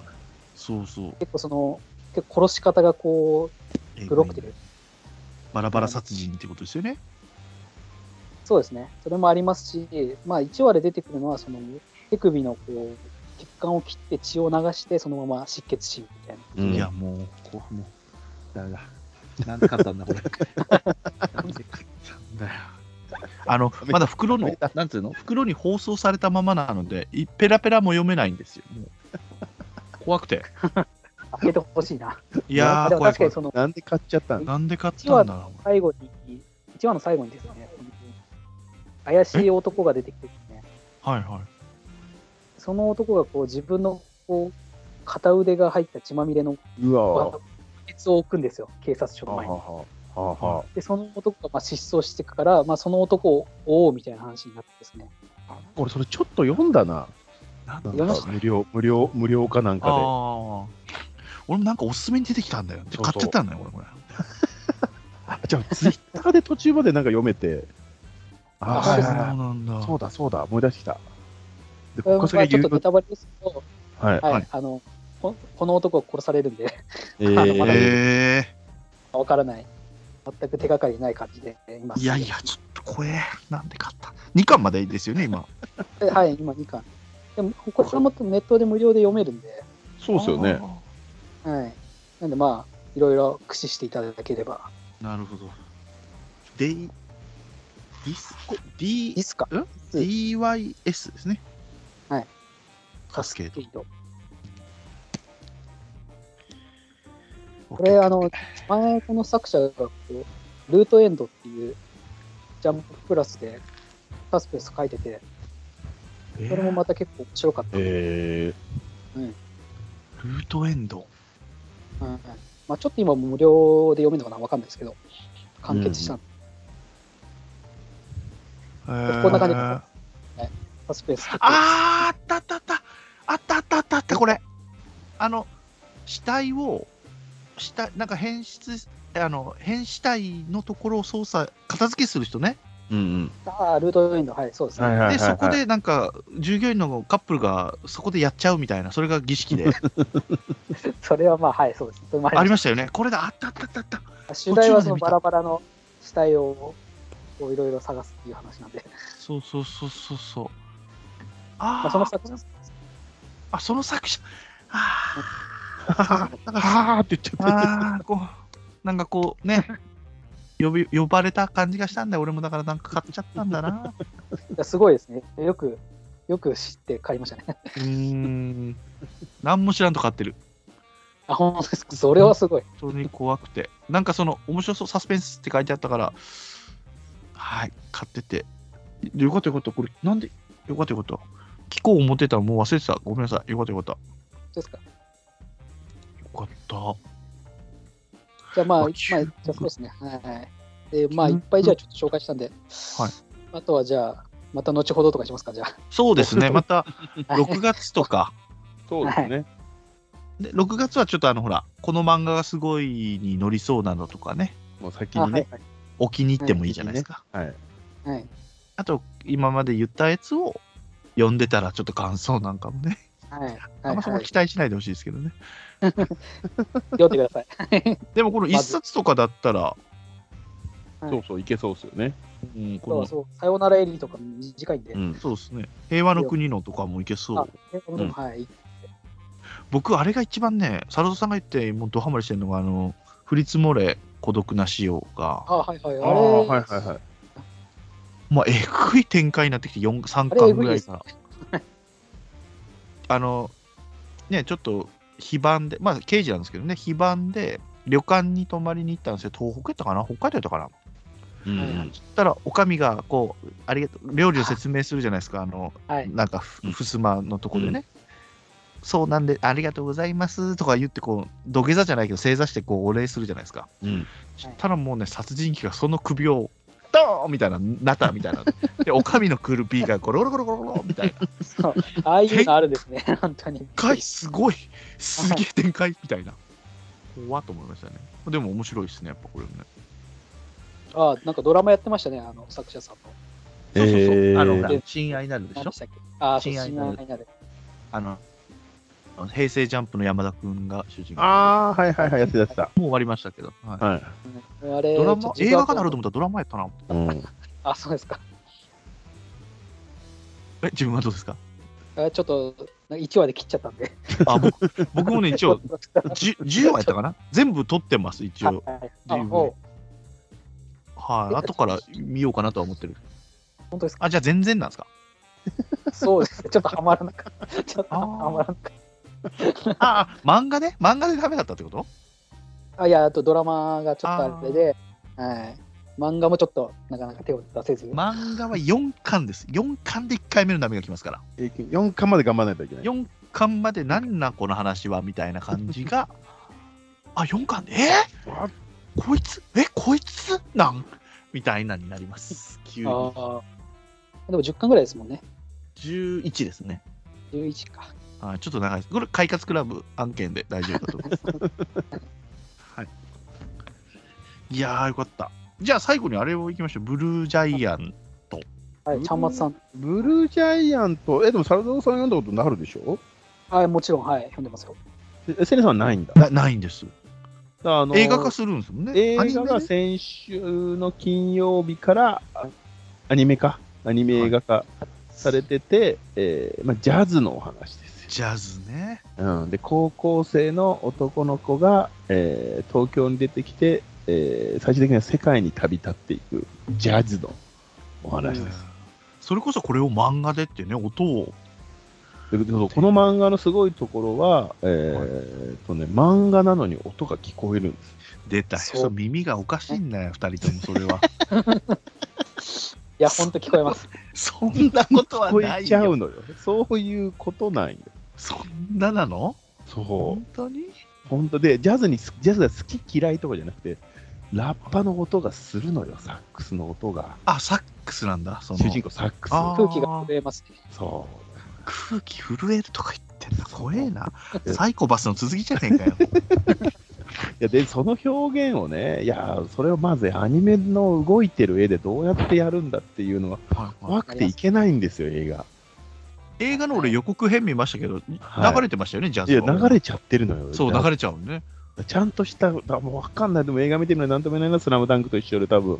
そうそう。結構その結構殺し方がこうグロくてバラバラ殺人ってことですよね。そうですねそれもありますし、まあ、1話で出てくるのはその手首のこう血管を切って血を流してそのまま失血死みたいな。うんいや、もう、こう、もう、だめだ。なんで買ったんだ、これ。なんだよ。あの、まだ袋の、なんていうの袋に包装されたままなので、いペラペラも読めないんですよ。もう怖くて。開けてほしいな。いやー、でも怖い確か怖にい。そのなんで買っちゃったんなんで買ったんだろ最後に、1話の最後にですね、怪しい男が出てきてですね、う。はいはい。その男がこう自分のこう片腕が入った血まみれのうわバケツを置くんですよ、警察署はの前に。はははで、その男がまあ失踪していくから、まあ、その男を追おうみたいな話になってですね、俺、それちょっと読んだな。なんだな読んみまかした無料、無料、無料かなんあかあ。俺もなんかおすすめに出てきたんだよ。でそうそ買うっちゃったんだよ、俺、これ。で。あじゃあ、ツイッターで途中までなんか読めて。あそはういですはそうねいはなんだ。いそうだ、そうだ、思い出してきた。で、これはここちそれょっ言とうネタバレですけど、はい。はいはいあのここの男を殺されるんで、 えーえわからない、全く手がかりない感じでいまー、す。いやいや、ちょっと怖え。なんで買った二巻までですよね、今。ではい、今2巻。でも、これもネットで無料で読めるんで、そうですよね。はい。なんで、まあ、いろいろ駆使していただければ。あー。なるほど。デイ、ディスコ、D いいっすか DYS ですね。はい。カスケード。これ、あの、前、この作者がこう、ルートエンドっていう、ジャンププラスで、サスペンス書いてて、それもまた結構面白かった。えルートエンド。うんうんまあ、ちょっと今無料で読めるのかなわかんないですけど、完結した、ここんな感じあサスペンス結構。あー、あったあったあった。あったあったあったあった、これ。あの、死体を、死体、なんか変質、あの、変死体のところを操作、片付けする人ね。ー、うんあールートエンド、はい、そうですうん。ね。で、そこ、でなんか、従業員のカップルがそこでやっちゃうみたいな、それが儀式 で。それはまあ、はい、そうです。それもありまあすりましたよね。これだ、あったあったあったあった。主題はそのバラバラの死体ををいろいろ探すっていう話なんで、そうそうそうそうそう。まああ、その作者、あ、その作者。ああーはーって言っちゃった。あー、こう、なんかこうね、呼び呼ばれた感じがしたんだよ。俺もだからなんか買っちゃったんだな。いやすごいですね。よく、よく知って買いましたね。 うーん。何も知らんと買ってる。あ、本当ですか。それはすごい。本当に怖くて。なんかその、面白そう、サスペンスって書いてあったから、はい、買ってて。よかったよかった。これ、なんで、よかったよかった。聞こう思ってたのもう忘れてた。ごめんなさい。よかったよかった。ですか。よかっじゃあまあ、あまあ、じ中ゃ国あそうですね。はいはい。で、まあ、いっぱいじゃあちょっと紹介したんで、はい。あとはじゃあ、また後ほどとかしますか、じゃあ。た。そうです ね。また、6月とか。そうですね。で6月はちょっとあのほらこの漫画がすごいに乗りそうなのとかねもう先あにね。はい置きに行ってもいいじゃないですか、はい。はい、はい。あと今まで言ったやつを読んでたらちょっと感想なんかもね、はい。はい。あんまそこはい期待しないでほしいですけどね読んでください。でもこの一冊とかだったら、はいそうそう、いけそうですよね。うん、こそうのそう。さよならエリーとかも短いんで。うん。そうですね平和の国のとかもいけそあう、ねこのでもはい。僕あれが一番ねサルドさんが言ってもうドハマりしてるのがあの降り積もれ孤独な仕様があ、はいはい。あれ、ああ、はいはいはい。まあ、えぐい展開になってきて4 3あれえ巻ぐぐいらでいすから。 あのねちょっと非番でまあ刑事なんですけどね非番で旅館に泊まりに行ったんですよ東北やったかな北海道やったかなうんうはいん。そしたらおかみがこうありがとう料理を説明するじゃないですかあのはい。なんかふうんふすまのとこでね、そうなんでありがとうございますとか言ってこう土下座じゃないけど正座してこうお礼するじゃないですかうん。ただもうね殺人鬼がその首をドーンみたいななったみたいなでおかみのくるビーがゴロゴロゴロゴロゴロみたいなそうああいうのあるんですね、 本当に。回すごいすげえ展開みたいな怖っと思いましたねでも面白いですねやっぱこれもねあなんかドラマやってましたね、あの作者さんの。そうそうそう、えーあのほら親愛なるで何しょでしたっけあ、そう親愛親なる愛なる。あの平成ジャンプの山田君が主人公ああ、はいはいはい、やってたやってた。もう終わりましたけど、はいはい。うんあれ、ドラちょマっと時映間画化なると思ったらドラマやったなうん。あ、そうですか。え自分はどうですかあちょっと、1話で切っちゃったんで。あ僕僕もね一 応 10, 10話やったかな全部撮ってます一応はいとあいうおはい後から見ようかなとは思ってる本当ですかあ、じゃあ全然なんです かそうですね。ちょっとハマらなか った。ちょっとあーハマらなかっああ、漫画で漫画でダメだったってことた。あ、いや、あとドラマがちょっとあれで、はい。漫画もちょっとなかなか手を出せず。漫画は4巻です。4巻で1回目のダメが来ますから。えー4巻まで頑張らないといけない。 4巻までなんなんこの話はみたいな感じ が。あ、4巻で、えわーこいつえ、こいつなんみたいなになります。急あに。ーでも10巻ぐらいですもんね。 11ですね。 11か。はい、ちょっと長いです。これ、快活クラブ案件で大丈夫だと思います。 はい。いやー、よかった。じゃあ最後にあれをいきましょう。ブルージャイアン。はい、ちゃんまつさん。ブルージャイアント、え、でも、サルドーさん読んだことなるでしょはい、もちろん、はい、読んでますよ。え、セネさんはないんだ。なないんです。だあのー映画化するんですもんね。映アニ画メでが先週の金曜日から、あアニメか、アニメ映画化されてて、えーまあ、ジャズのお話ですよ。ジャズね。うん、で高校生の男の子が、えー東京に出てきて、えー最終的には世界に旅立っていくジャズのお話です。それこそこれを漫画でってね、音を。でこの漫画のすごいところは、えーえっとね、漫画なのに音が聞こえるんです。出たよ。そうそう耳がおかしいんだよ、二人ともそれは。いや、ほんと聞こえます。 そんなことは聞こなえいちゃよ。うのよ。そういうことなんよ。そんななのそう。本当に本当でジャズにすジャズが好き嫌いとかじゃなくてラッパの音がするのよサックスの音があ、サックスなんだ。その主人公サックスあ空気が震えますね。そ空気震えるとか言ってんだ。怖 えな。うサイコパスの続きじゃねえ かよ。ういやでその表現をねいやそれをまずアニメの動いてる絵でどうやってやるんだっていうのははいはい怖くていけないんですよ映画映画の俺予告編見ましたけど、はい流れてましたよね、ジャいズやは。流れちゃってるのよそう、だ流れちゃうね。ちゃんとしただもうわかんないでも映画見てるのになんとも言えないな「スラムダンクと一緒で多分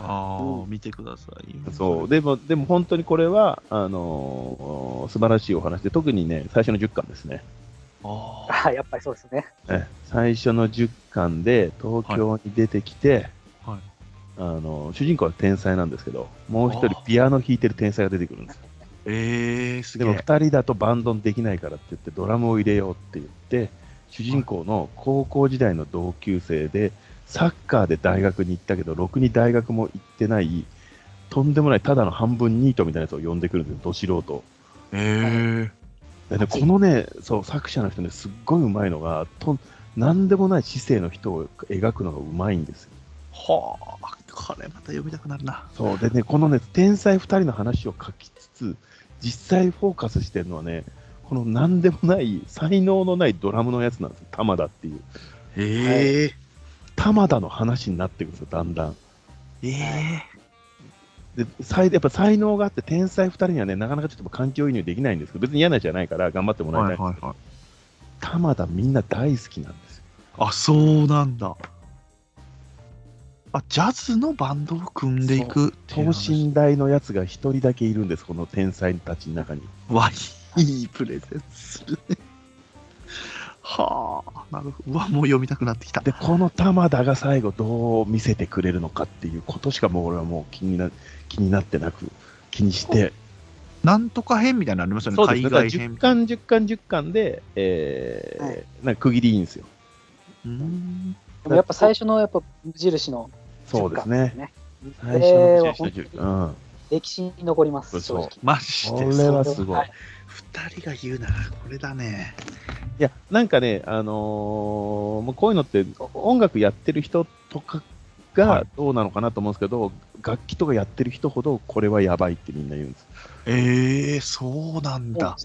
ああ、う見てくださいよ。そうでもでも本当にこれはあのー素晴らしいお話で特にね最初の10巻ですね、あああ、やっぱりそうですね。ええ最初の10巻で東京に出てきて、あ、はい。あのー主人公は天才なんですけどもう一人あーピアノ弾いてる天才が出てくるんですよえー、すでげもえ。 2人だとバンドできないからって言ってドラムを入れようって言って主人公の高校時代の同級生でサッカーで大学に行ったけどろくに大学も行ってないとんでもないただの半分ニートみたいなやつを呼んでくるんですよど素人をえー、でね、このねそう作者の人ねすっごいうまいのがとん何でもない市政の人を描くのがうまいんですよはあ、これまた読みたくなるな。そうでねこのね天才2人の話を書きつつ実際フォーカスしてるのはねこの何でもない才能のないドラムのやつなんですよ玉田っていうえー、玉田の話になってくるんですよだんだんええで才やっぱ才能があって天才2人にはねなかなかちょっと環境移入できないんですけど別に嫌なじゃないから頑張ってもー、らいた、はいいはいはい。玉田みんな大好きなんですよあ、そうなんだ。あ、ジャズのバンドを組んでいくっていう等話身大のやつが1人だけいるんですこの天才たちの中にわ、いいプレゼンするね。はあ、なるほど。うわ、もう読みたくなってきた。でこの玉田が最後どう見せてくれるのかっていうことしかもう俺はもう気にな気になってなく気にしてなんとか編みたいなのありますよね。そうです海ねだから外編10みたいな。巻10巻10巻で、えーはいなんか区切りいいんですようーんでもやっぱ最初のやっぱ無印のそうですね。最最初初ののは10巻本10当に巻、うん、歴史に残ります、そ正う直。マジこでれそう。はすごい、、はい二人が言うならこれだね。やなんかねあのーもうこういうのって音楽やってる人とかはがいどうなのかなと思うんですけど、楽器とかやってる人ほどこれはやばいってみんな言うんですええそうなんだ。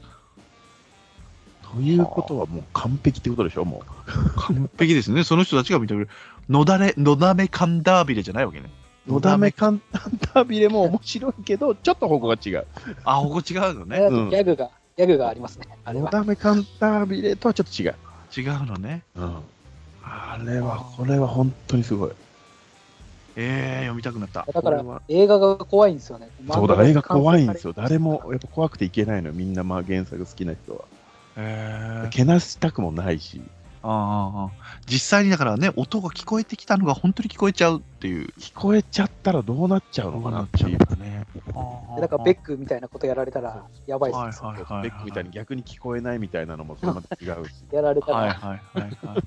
ということはもう完璧ってことでしょもう完璧ですね。その人たちが認める。のだれ、のだめカンダービレじゃないわけね。 のだめ簡単ダービレも面白いけど、ちょっと方向が違う。あ、ここ違うのあねれだ。とギャグが、ギャグがありますね。あれのは。だめ簡単ダービレとはちょっと違う。違うのね。あれは、これは本当にすごい。ええ読みたくなった。だからこ映画が怖いんですよね。そうだから、映画怖いんですよ。誰もはやっぱ怖くていけないのよ、みんなまあ原作好きな人れは。えは。えけなしたくもないし、ああああ実際にだからね、音が聞こえてきたのが本当に聞こえちゃうっていう。聞こえちゃったらどうなっちゃうのかなっていう。ね。だからベックみたいなことやられたらやばいです、はいはいはいはい。ベックみたいに逆に聞こえないみたいなのもそれまた違 うし、やられたら、はいはいはいはい。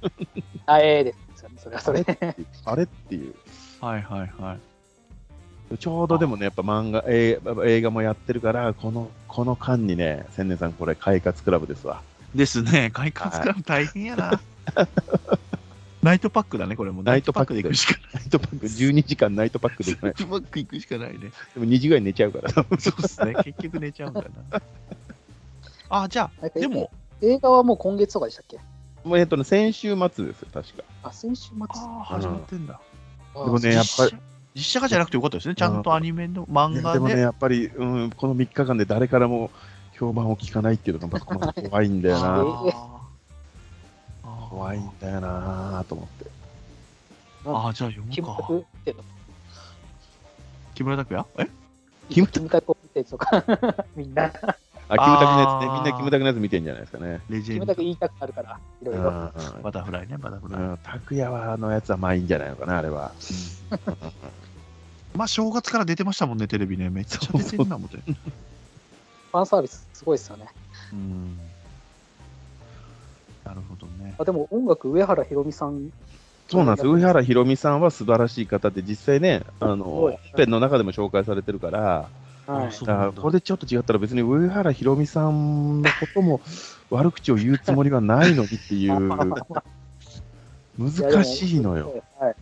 あええですよね、それはそれで。あれっていう。はいはいはい。ちょうどでもね、やっぱ漫画、えー映画もやってるから、この、この間にね、千年さん、これ、快活クラブですわ。ですね、外観作るの大変や な。ナイトパックだね、これもう。ナイトパックナイで行くしかない。ナイトパック、12時間ナイトパックで行かナなイい。トパック行くしかないね。でも2時ぐらいに寝ちゃうから。 そうですね、結局寝ちゃうんだな。あ、じゃあ、 でも、映画はもう今月とかでしたっけもうえっとね、先週末ですよ、確か。あ、先週末。あー始まってんだ。あでもねやっぱ実り写実写化じゃなくてよかったですね、ちゃんとアニメの漫で画もね、で。やっぱり、うん、この3日間で誰からも評判を聞かないっていうのが、ま たこの怖いんだよあな。ー怖いんだよなと思って。あー、じゃあ読キムむタか。クっての木村拓哉えキムタキムタクってとか、 みんな、あ、キムタクのやつね。あーみんなキムタクのやつ見てんじゃないですかね。レジキェムンタドク。言いたくなるから、いろういん。ろ。うバタフライね、バタフライ。ん。拓也は、あのやつはまあいいんじゃないのかな、あれは。まあ、正月から出てましたもんね、テレビね。めっちゃ出てるな、思って。ファンサービスすごいですよね。うんなるほどね。あでも音楽、上原ひろみさん、そうなんです。上原ひろみさんは素晴らしい方で、実際ね、あの、ごい本編の中でも紹介されてるから、はあい、そうだからこれでちょっと違ったら別に上原ひろみさんのことも悪口を言うつもりはないのにっていう 難しいのよ。はい。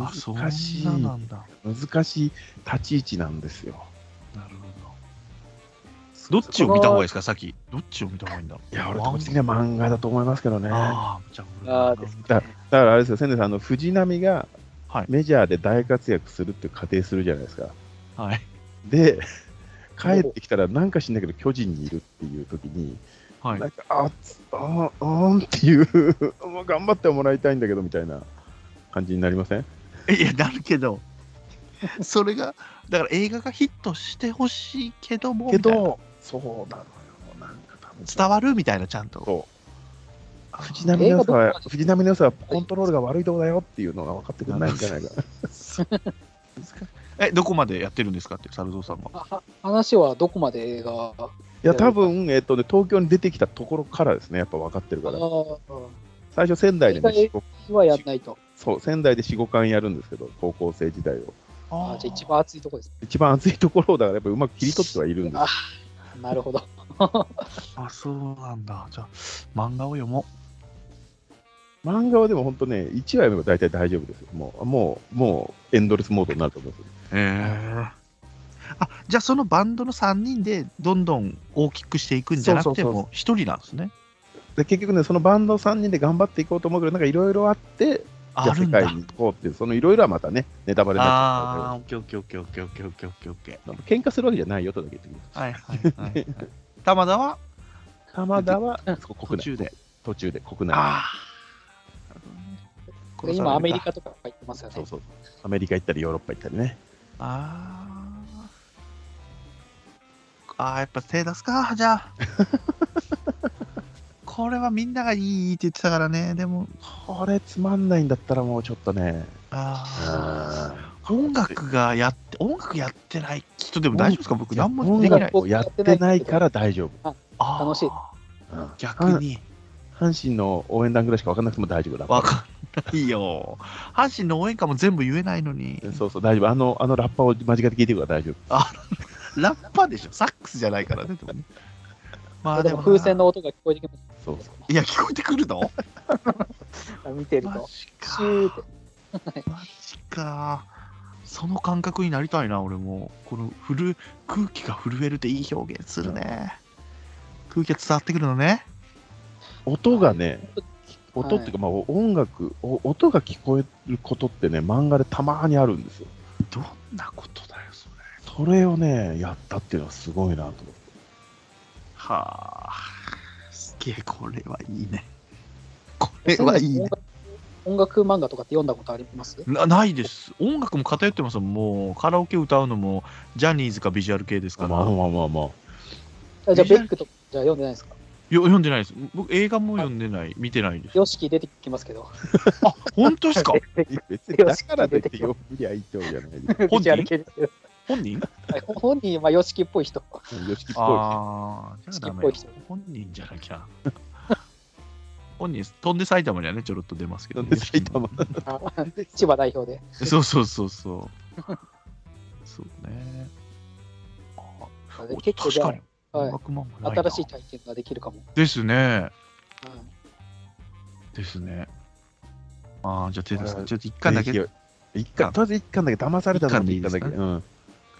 あ、そう難しいなんだ。難しい立ち位置なんですよ。なるほど。どっちを見た方がいいですか、さっき。どっちを見た方がいいんだろう。いや、俺個人的には漫画だと思いますけどね。だかああ、じゃあああ俺です漫らだからあれですよ、千年さん、あの藤波がはいメジャーで大活躍するっていう仮定するじゃないですか。画。はい。で、帰ってきたらなんかしんないけど巨人にいるっていう時に、はいなん。か、あつ、あー、あーんっていう、 もう頑張ってもらいたいんだけどみたいな感じになりませんいや、なるけど、それが、だから映画がヒットしてほしいけども、けみたいなど、そうなのよ。なんか多分伝わるみたいな、ちゃんと。そう藤波の良さ映画はとか藤波の良さはコントロールが悪いとこだよっていうのが分かってくれないんじゃないかな。え、どこまでやってるんですかって、猿蔵さんは。は話はどこまで映画あいや多分、えっとね、東京に出てきたところからですね、やっぱ分かってるから、ー最初、仙台で、ね、映四五はやんないと。そう仙台で4、5巻やるんですけど、高校生時代を、あーじゃあ一番熱いとこです。一番熱いところをだから、やっぱうまく切り取ってはいるんですよあなる ほど。あ、そうなんだ。じゃあ、漫画を読も漫画はでも本当ね、1話読めば大体大丈夫ですよ、もう、もう、もうエンドレスモードになると思うんですよう。へえ。あ、じゃあそのバンドの3人でどんどん大きくしていくんじゃなくてそうそうそうもう一人なんですね。で結局ね、そのバンド3人で頑張っていこうと思うけど、なんかいろいろあって、じあゃある世んだ界。に行こうっていう、そのいろいろはまたね、ネタバレにああ、なっオッケーオッケーオッケーオッケーオッケーオッケーオッケーオッケちゃうから、喧嘩するわけじゃないよとだけ言ってきます。ー。はいはいはい はい。玉田は鎌田はそこ途国内中で。途中で国内ああ。で今、アメリ。カとか行ってますよねそう。そうアメリカ行ったりヨーロッパ行ったりねああ。ああ、やっぱ手出すか、じゃ あ。これはみんながいいって言ってたからね、でも、これつまんないんだったらもうちょっとねああ。音楽がやって、音楽やってない人でも大丈夫ですか僕、何も音できない。楽をやってないから大丈あー楽しい。夫、うん逆に、阪神の応援団ぐらいしか分かんなくても大丈夫だわかんないよ。阪神の応援歌も全部言えないのに。そうそう大丈夫あのあのラッパーを間近で聞いてるから大丈ラッパでしょサックスじゃないからね。でもねまでも風船の音が聞こえてきま夫そうすいや、聞こえてくるの見てるマと。ジシか。ューって。マジか。その感覚になりたいな、俺も。この震え空気が震えるっていい表現するね。空気が伝わってくるのね。音がね音っていうか、まあ、音楽お音が聞こえることってね漫画でたまにあるんですよどんなことだよ、それ。それをねやったっていうのはすごいなと思ってはあ。すげえ、これはいいね。これ はいいね。音楽漫画とかって読んだことありますなないです。音楽も偏ってますよもうカラオケ歌うのもジャニーズかビジュアル系ですから。まあまあまあまああじゃあ、ベックとか、じゃあ読んでないですかよ読んでないです。僕映画も読んでない、見てないです。ヨシキ出てきますけど。あ、本当ですか 別にだからといって読みりゃいいってわけじゃないで本人道歩けるけど本人はい本人はヨシキっぽい人。すよ。よしきっぽああ、じゃあダメ好よきっぽい人。本人じゃなきゃ。 本人、飛んで埼玉にはね、ちょろっと出ますけい。ど、なんね。で埼玉あ千葉代表で。そうそうそうそう。そうね。あお結構確じゃかに、あ、はい音楽漫画ないな新しい体験ができるかも。ですね。うんですね。ああ、じゃあ手出すあか。ーちょっと一巻だけ。いぜひ一巻、とりあえず一巻だけ騙されたので一巻だけ。一巻でうん。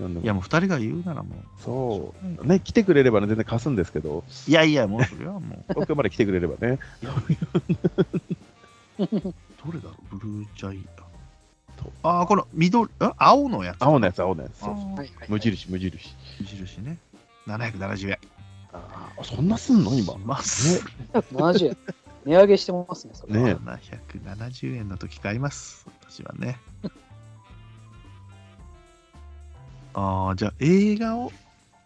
なんだろうや、もう二人が言うならもう。そう。ね、来てくれればね、全然貸すんですけど、いやいや、もうそれはもう。東京まで来てくれればね、どれだろうブルージャイアント。ああ、この緑、あ青のやつ。青のやつ、青のやつ。あーはいはいはい無印、無印。無印ね。770円。あー、そんなすんの今。ます。 70円。値上げしてますね、それは。ね770円の時買います。私はね。ああ、じゃあ映画を。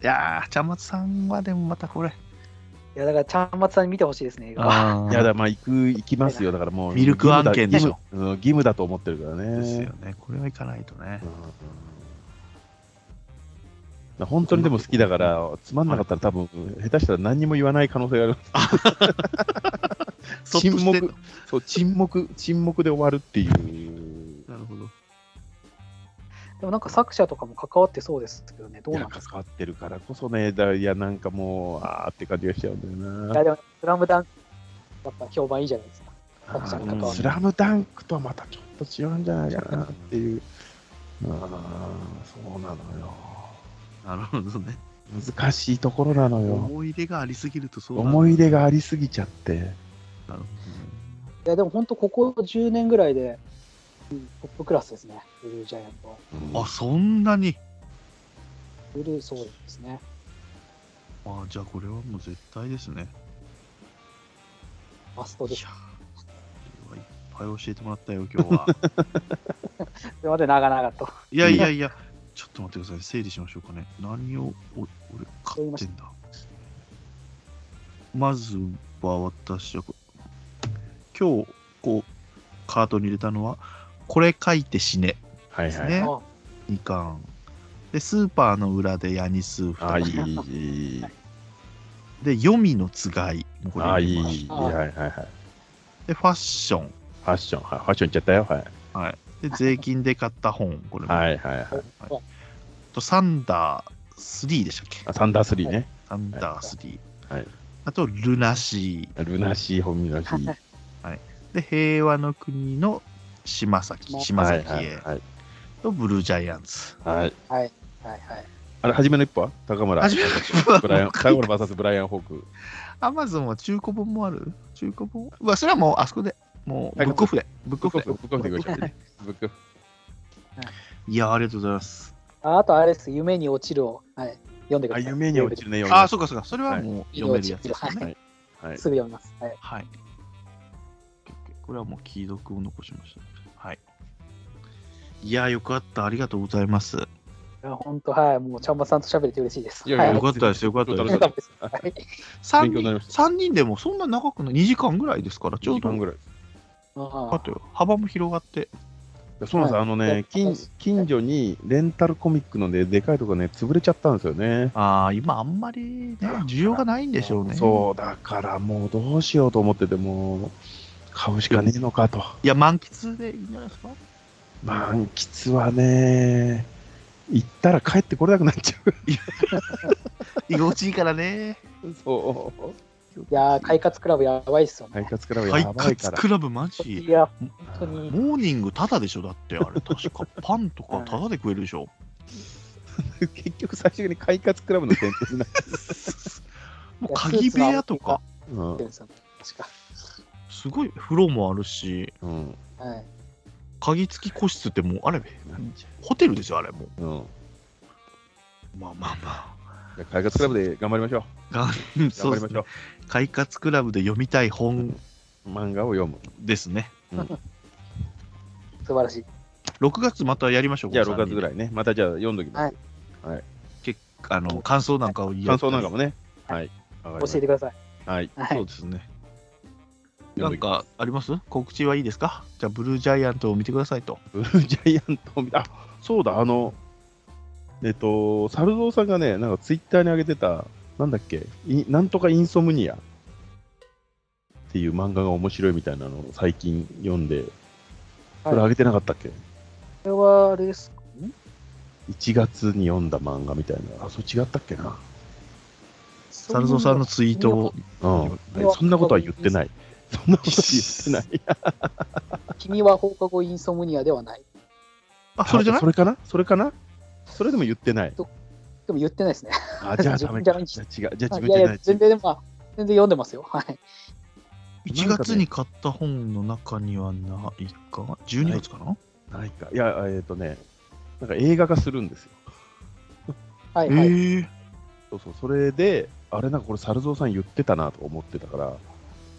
いやー、ちゃんまつさんはでもまたこれ。いや、だから、ちゃんまつさんに見てほしいですね、映画は。あいやだ、まあ、行く、行きますよ。だからもう。ミルク案件でしょ義務だ。うん義務だと思ってるからね。ですよね。これはいかないとねうん。うん本当にでも好きだから、つまんなかったら多分、下手したら何にも言わない可能性がある。そっとして沈黙そう、沈黙、沈黙で終わるっていう。なるほど。でも、なんか作者とかも関わってそうですけどね、どいうや、なんですか。関わってるからこそね、だいや、なんかもう、あーって感じがしちゃうんだよいや、な。でも、スラムダンク、やっぱ評判いいじゃないですか。あ作者にー関うんわスる。ラムダンクとはまたちょっと違うんじゃないかなっていう。ああ、そうなのよ。なるほどね。難しいところなのよ。思い入れがありすぎるとそうなる思い入れがありすぎちゃって。なるほいや、でも、本当ここ10年ぐらいで、うんトップクラスですね、ブルージャイアントは。どねあ、そんなに。ブルー、そうですね。あじゃあこれはもう絶対ですね。マストいでやす。 ーいっぱい教えてもらったよ、今日は。それまで長々と。いやいやいや、ちょっと待ってください。整理しましょうかね。何をお俺買ってんだ。まずは私はこ、今日こうカートに入れたのは、これ書いて死ねはいですはい。ね。あ2巻。で、スーパーの裏でヤニスーああ、い2人。い、いい。で、読みのつがい。もうこれああ、い入い、れまいしい。たはいはいはい。フで、ファッション。ァッション、はい、ファッションいっちゃったよ。はい。はい。で、税金で買った本。これも。はいはいはい。と、サンダー3でしたっけあサンダースリーね。サンダー3。はい。あと、ルナシー。ルナシー、ホミナシー。で平和の国の島崎島はい崎はいへはい。とブルージャイアンツ。はい。はいはい。あれ、初めの一歩は高村。初めブライアン、高村 VS ブライアン・ホーク。アマゾンは中古本もある中古本うわそれはもうあそこでもうブはいックオフでブッブクッオクオフフ、ブックオフでで行きましょう。ブックオフ。いやありがとうございますああとあれです、夢に落ちるを、はい、読んでくあ、ださい。夢に落ちるね、読みあまあすそうかそうかそれはもう読めるやつですよはいねはい。すぐ読みます。はい、はいこれはもう既読を残しましたはいいやよかったありがとうございますよいや本当、はい、もうちゃんまさんと喋れて嬉しいです。いやいやはかったですよかった でよかすったです。はい3勉強にな人りました三人でもそんな長くない2時間ぐらいですからちょう時ど間よぐらい。かったよ幅も広がってそうなんです、はいあのはねい近、近所にレンタルコミックのね、でかいとこね、潰れちゃったんですよね。ああ、今あんまりね、需要がないんでしょうね。そう、だからもうどうしようと思ってて、もう、買うしかねえのかと。いや、満喫でいいんじゃないです か満喫はね、行ったら帰ってこれなくなっちゃ居心地いいからね。う。 そう。いやー、快活クラブやばいっすよ快ね。活クラブ快やばいか活ら。クラブマいジ。や、本当に。モーニングタダでしょだってあれ確 かパンとかタダで食えるでしょ 結局最終的に快活クラブの店舗になっもう鍵部屋とかっ うてんるんですよね確か。すごい風呂もあるしうんはい。鍵付き個室ってもうあれホテルですよあれもうんうまあまあまじゃあ快活クラブで頑張りましょう。あが頑そうで張りすましねょ快活クラブで読みたい本う。漫画を読む。ですね素晴らしい。 6月またやりましょうじゃあ6月ぐらいいね、またじゃあ読んどきます。あの感想なんかを言い合っ感た想りなんかもね。はい。教えてください。はい。はそうい。ですねななんんか、かあります告知はいいですかじゃあ、ブルージャイアントを見てくださいと。ブルージャイアントを見た、あそうだ、あの、えっと、猿蔵さんがね、なんかツイッターに上げてた、なんだっけ、いなんとかインソムニアっていう漫画が面白いみたいなのを最近読んで、これ上げてなかったっけ、これはあれですか ?1 月に読んだ漫画みたいな、あ、そう違ったっけな。サルゾさんのツイートを。うんいや。そんなことは言ってない。 そんなことは言ってない。君は放課後インソムニアではない。あ、それじゃないそれかなそれかなそれでも言ってない。でも言ってないですね。あ、じゃあダメか。じ自ゃあ違う。じゃあ自分いじやゃいなやい、。全然、まあ、全然読んでますよ。はい。 ?1 月に買った本の中にはないか ?12 月かな、ないか。いや、えっ、とね、なんか映画化するんですよ。はい、はい。ええそうそう。それで、あれなんかこれ、猿蔵さん言ってたなと思ってたから、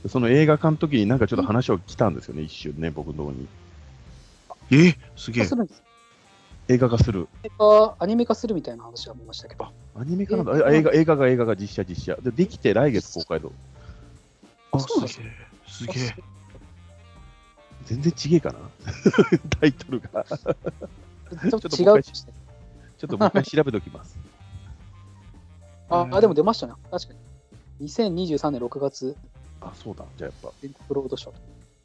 でその映画化の時になんかちょっと話を来たんですよね、一瞬ね、僕のとこに。えーすげどうえす。るんです映画化する。かアニメ化するみたいな話は見ましたけど。アニメ化なんだ。あ映画、映画が映画が実写実写。で、できて来月公開だ。あ、そうなんですげえ。すげえ。全然ちげえかな タイトルが。ちちょっと違もうう一回ょっともう一回調べておきます。ああ、でも出ましたね。確かに。2023年6月、あ、そうだ。じゃあやっ全国ロードショー。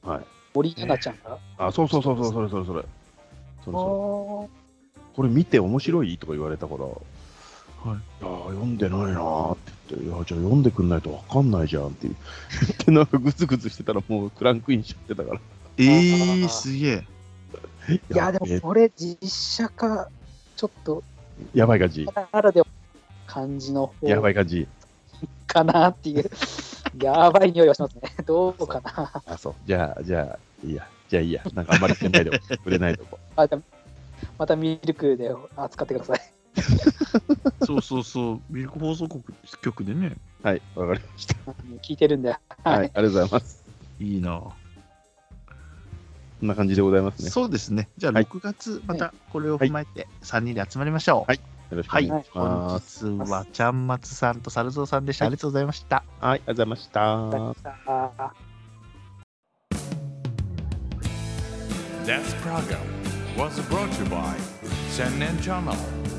ぱ。はい。森七菜ちゃんが。あ、そうそうそうそう、それそれそれ。それそれああ。これ見て面白いとか言われたから、はいいやー読んでないなーって言って、いやーじゃあ読んでくんないとわかんないじゃんって言って、なんかグツグツしてたらもうクランクインしちゃってたから。えあー、ーすげえ。いや、でべえもこれ実写化、ちょっと、やばい感じ。あらでも感じのやば方い感じ。かなって いう、やばい匂いがしますね。 どうかな。あ、そう。じゃあ、じゃあ、いいや。じゃあいいや。なんかあんまり触れないで、触れな いとこ。あでもまたミルクで扱ってください。 そうそうそう。ミルク放送局局でね。はい、わかりました。聞いてるんで。はい、ありがとうございます。いいな。そんな感じでございますね。そうですね。じゃあ、はい6月、またこれを踏まえて、3人で集まりましょう。はいよろしくお願いし本ます。日は、ちゃんまつさんと猿蔵さんでした。ありがとうございました。はい、ありがとうございました。あー That program was brought to you by Sennen Channel.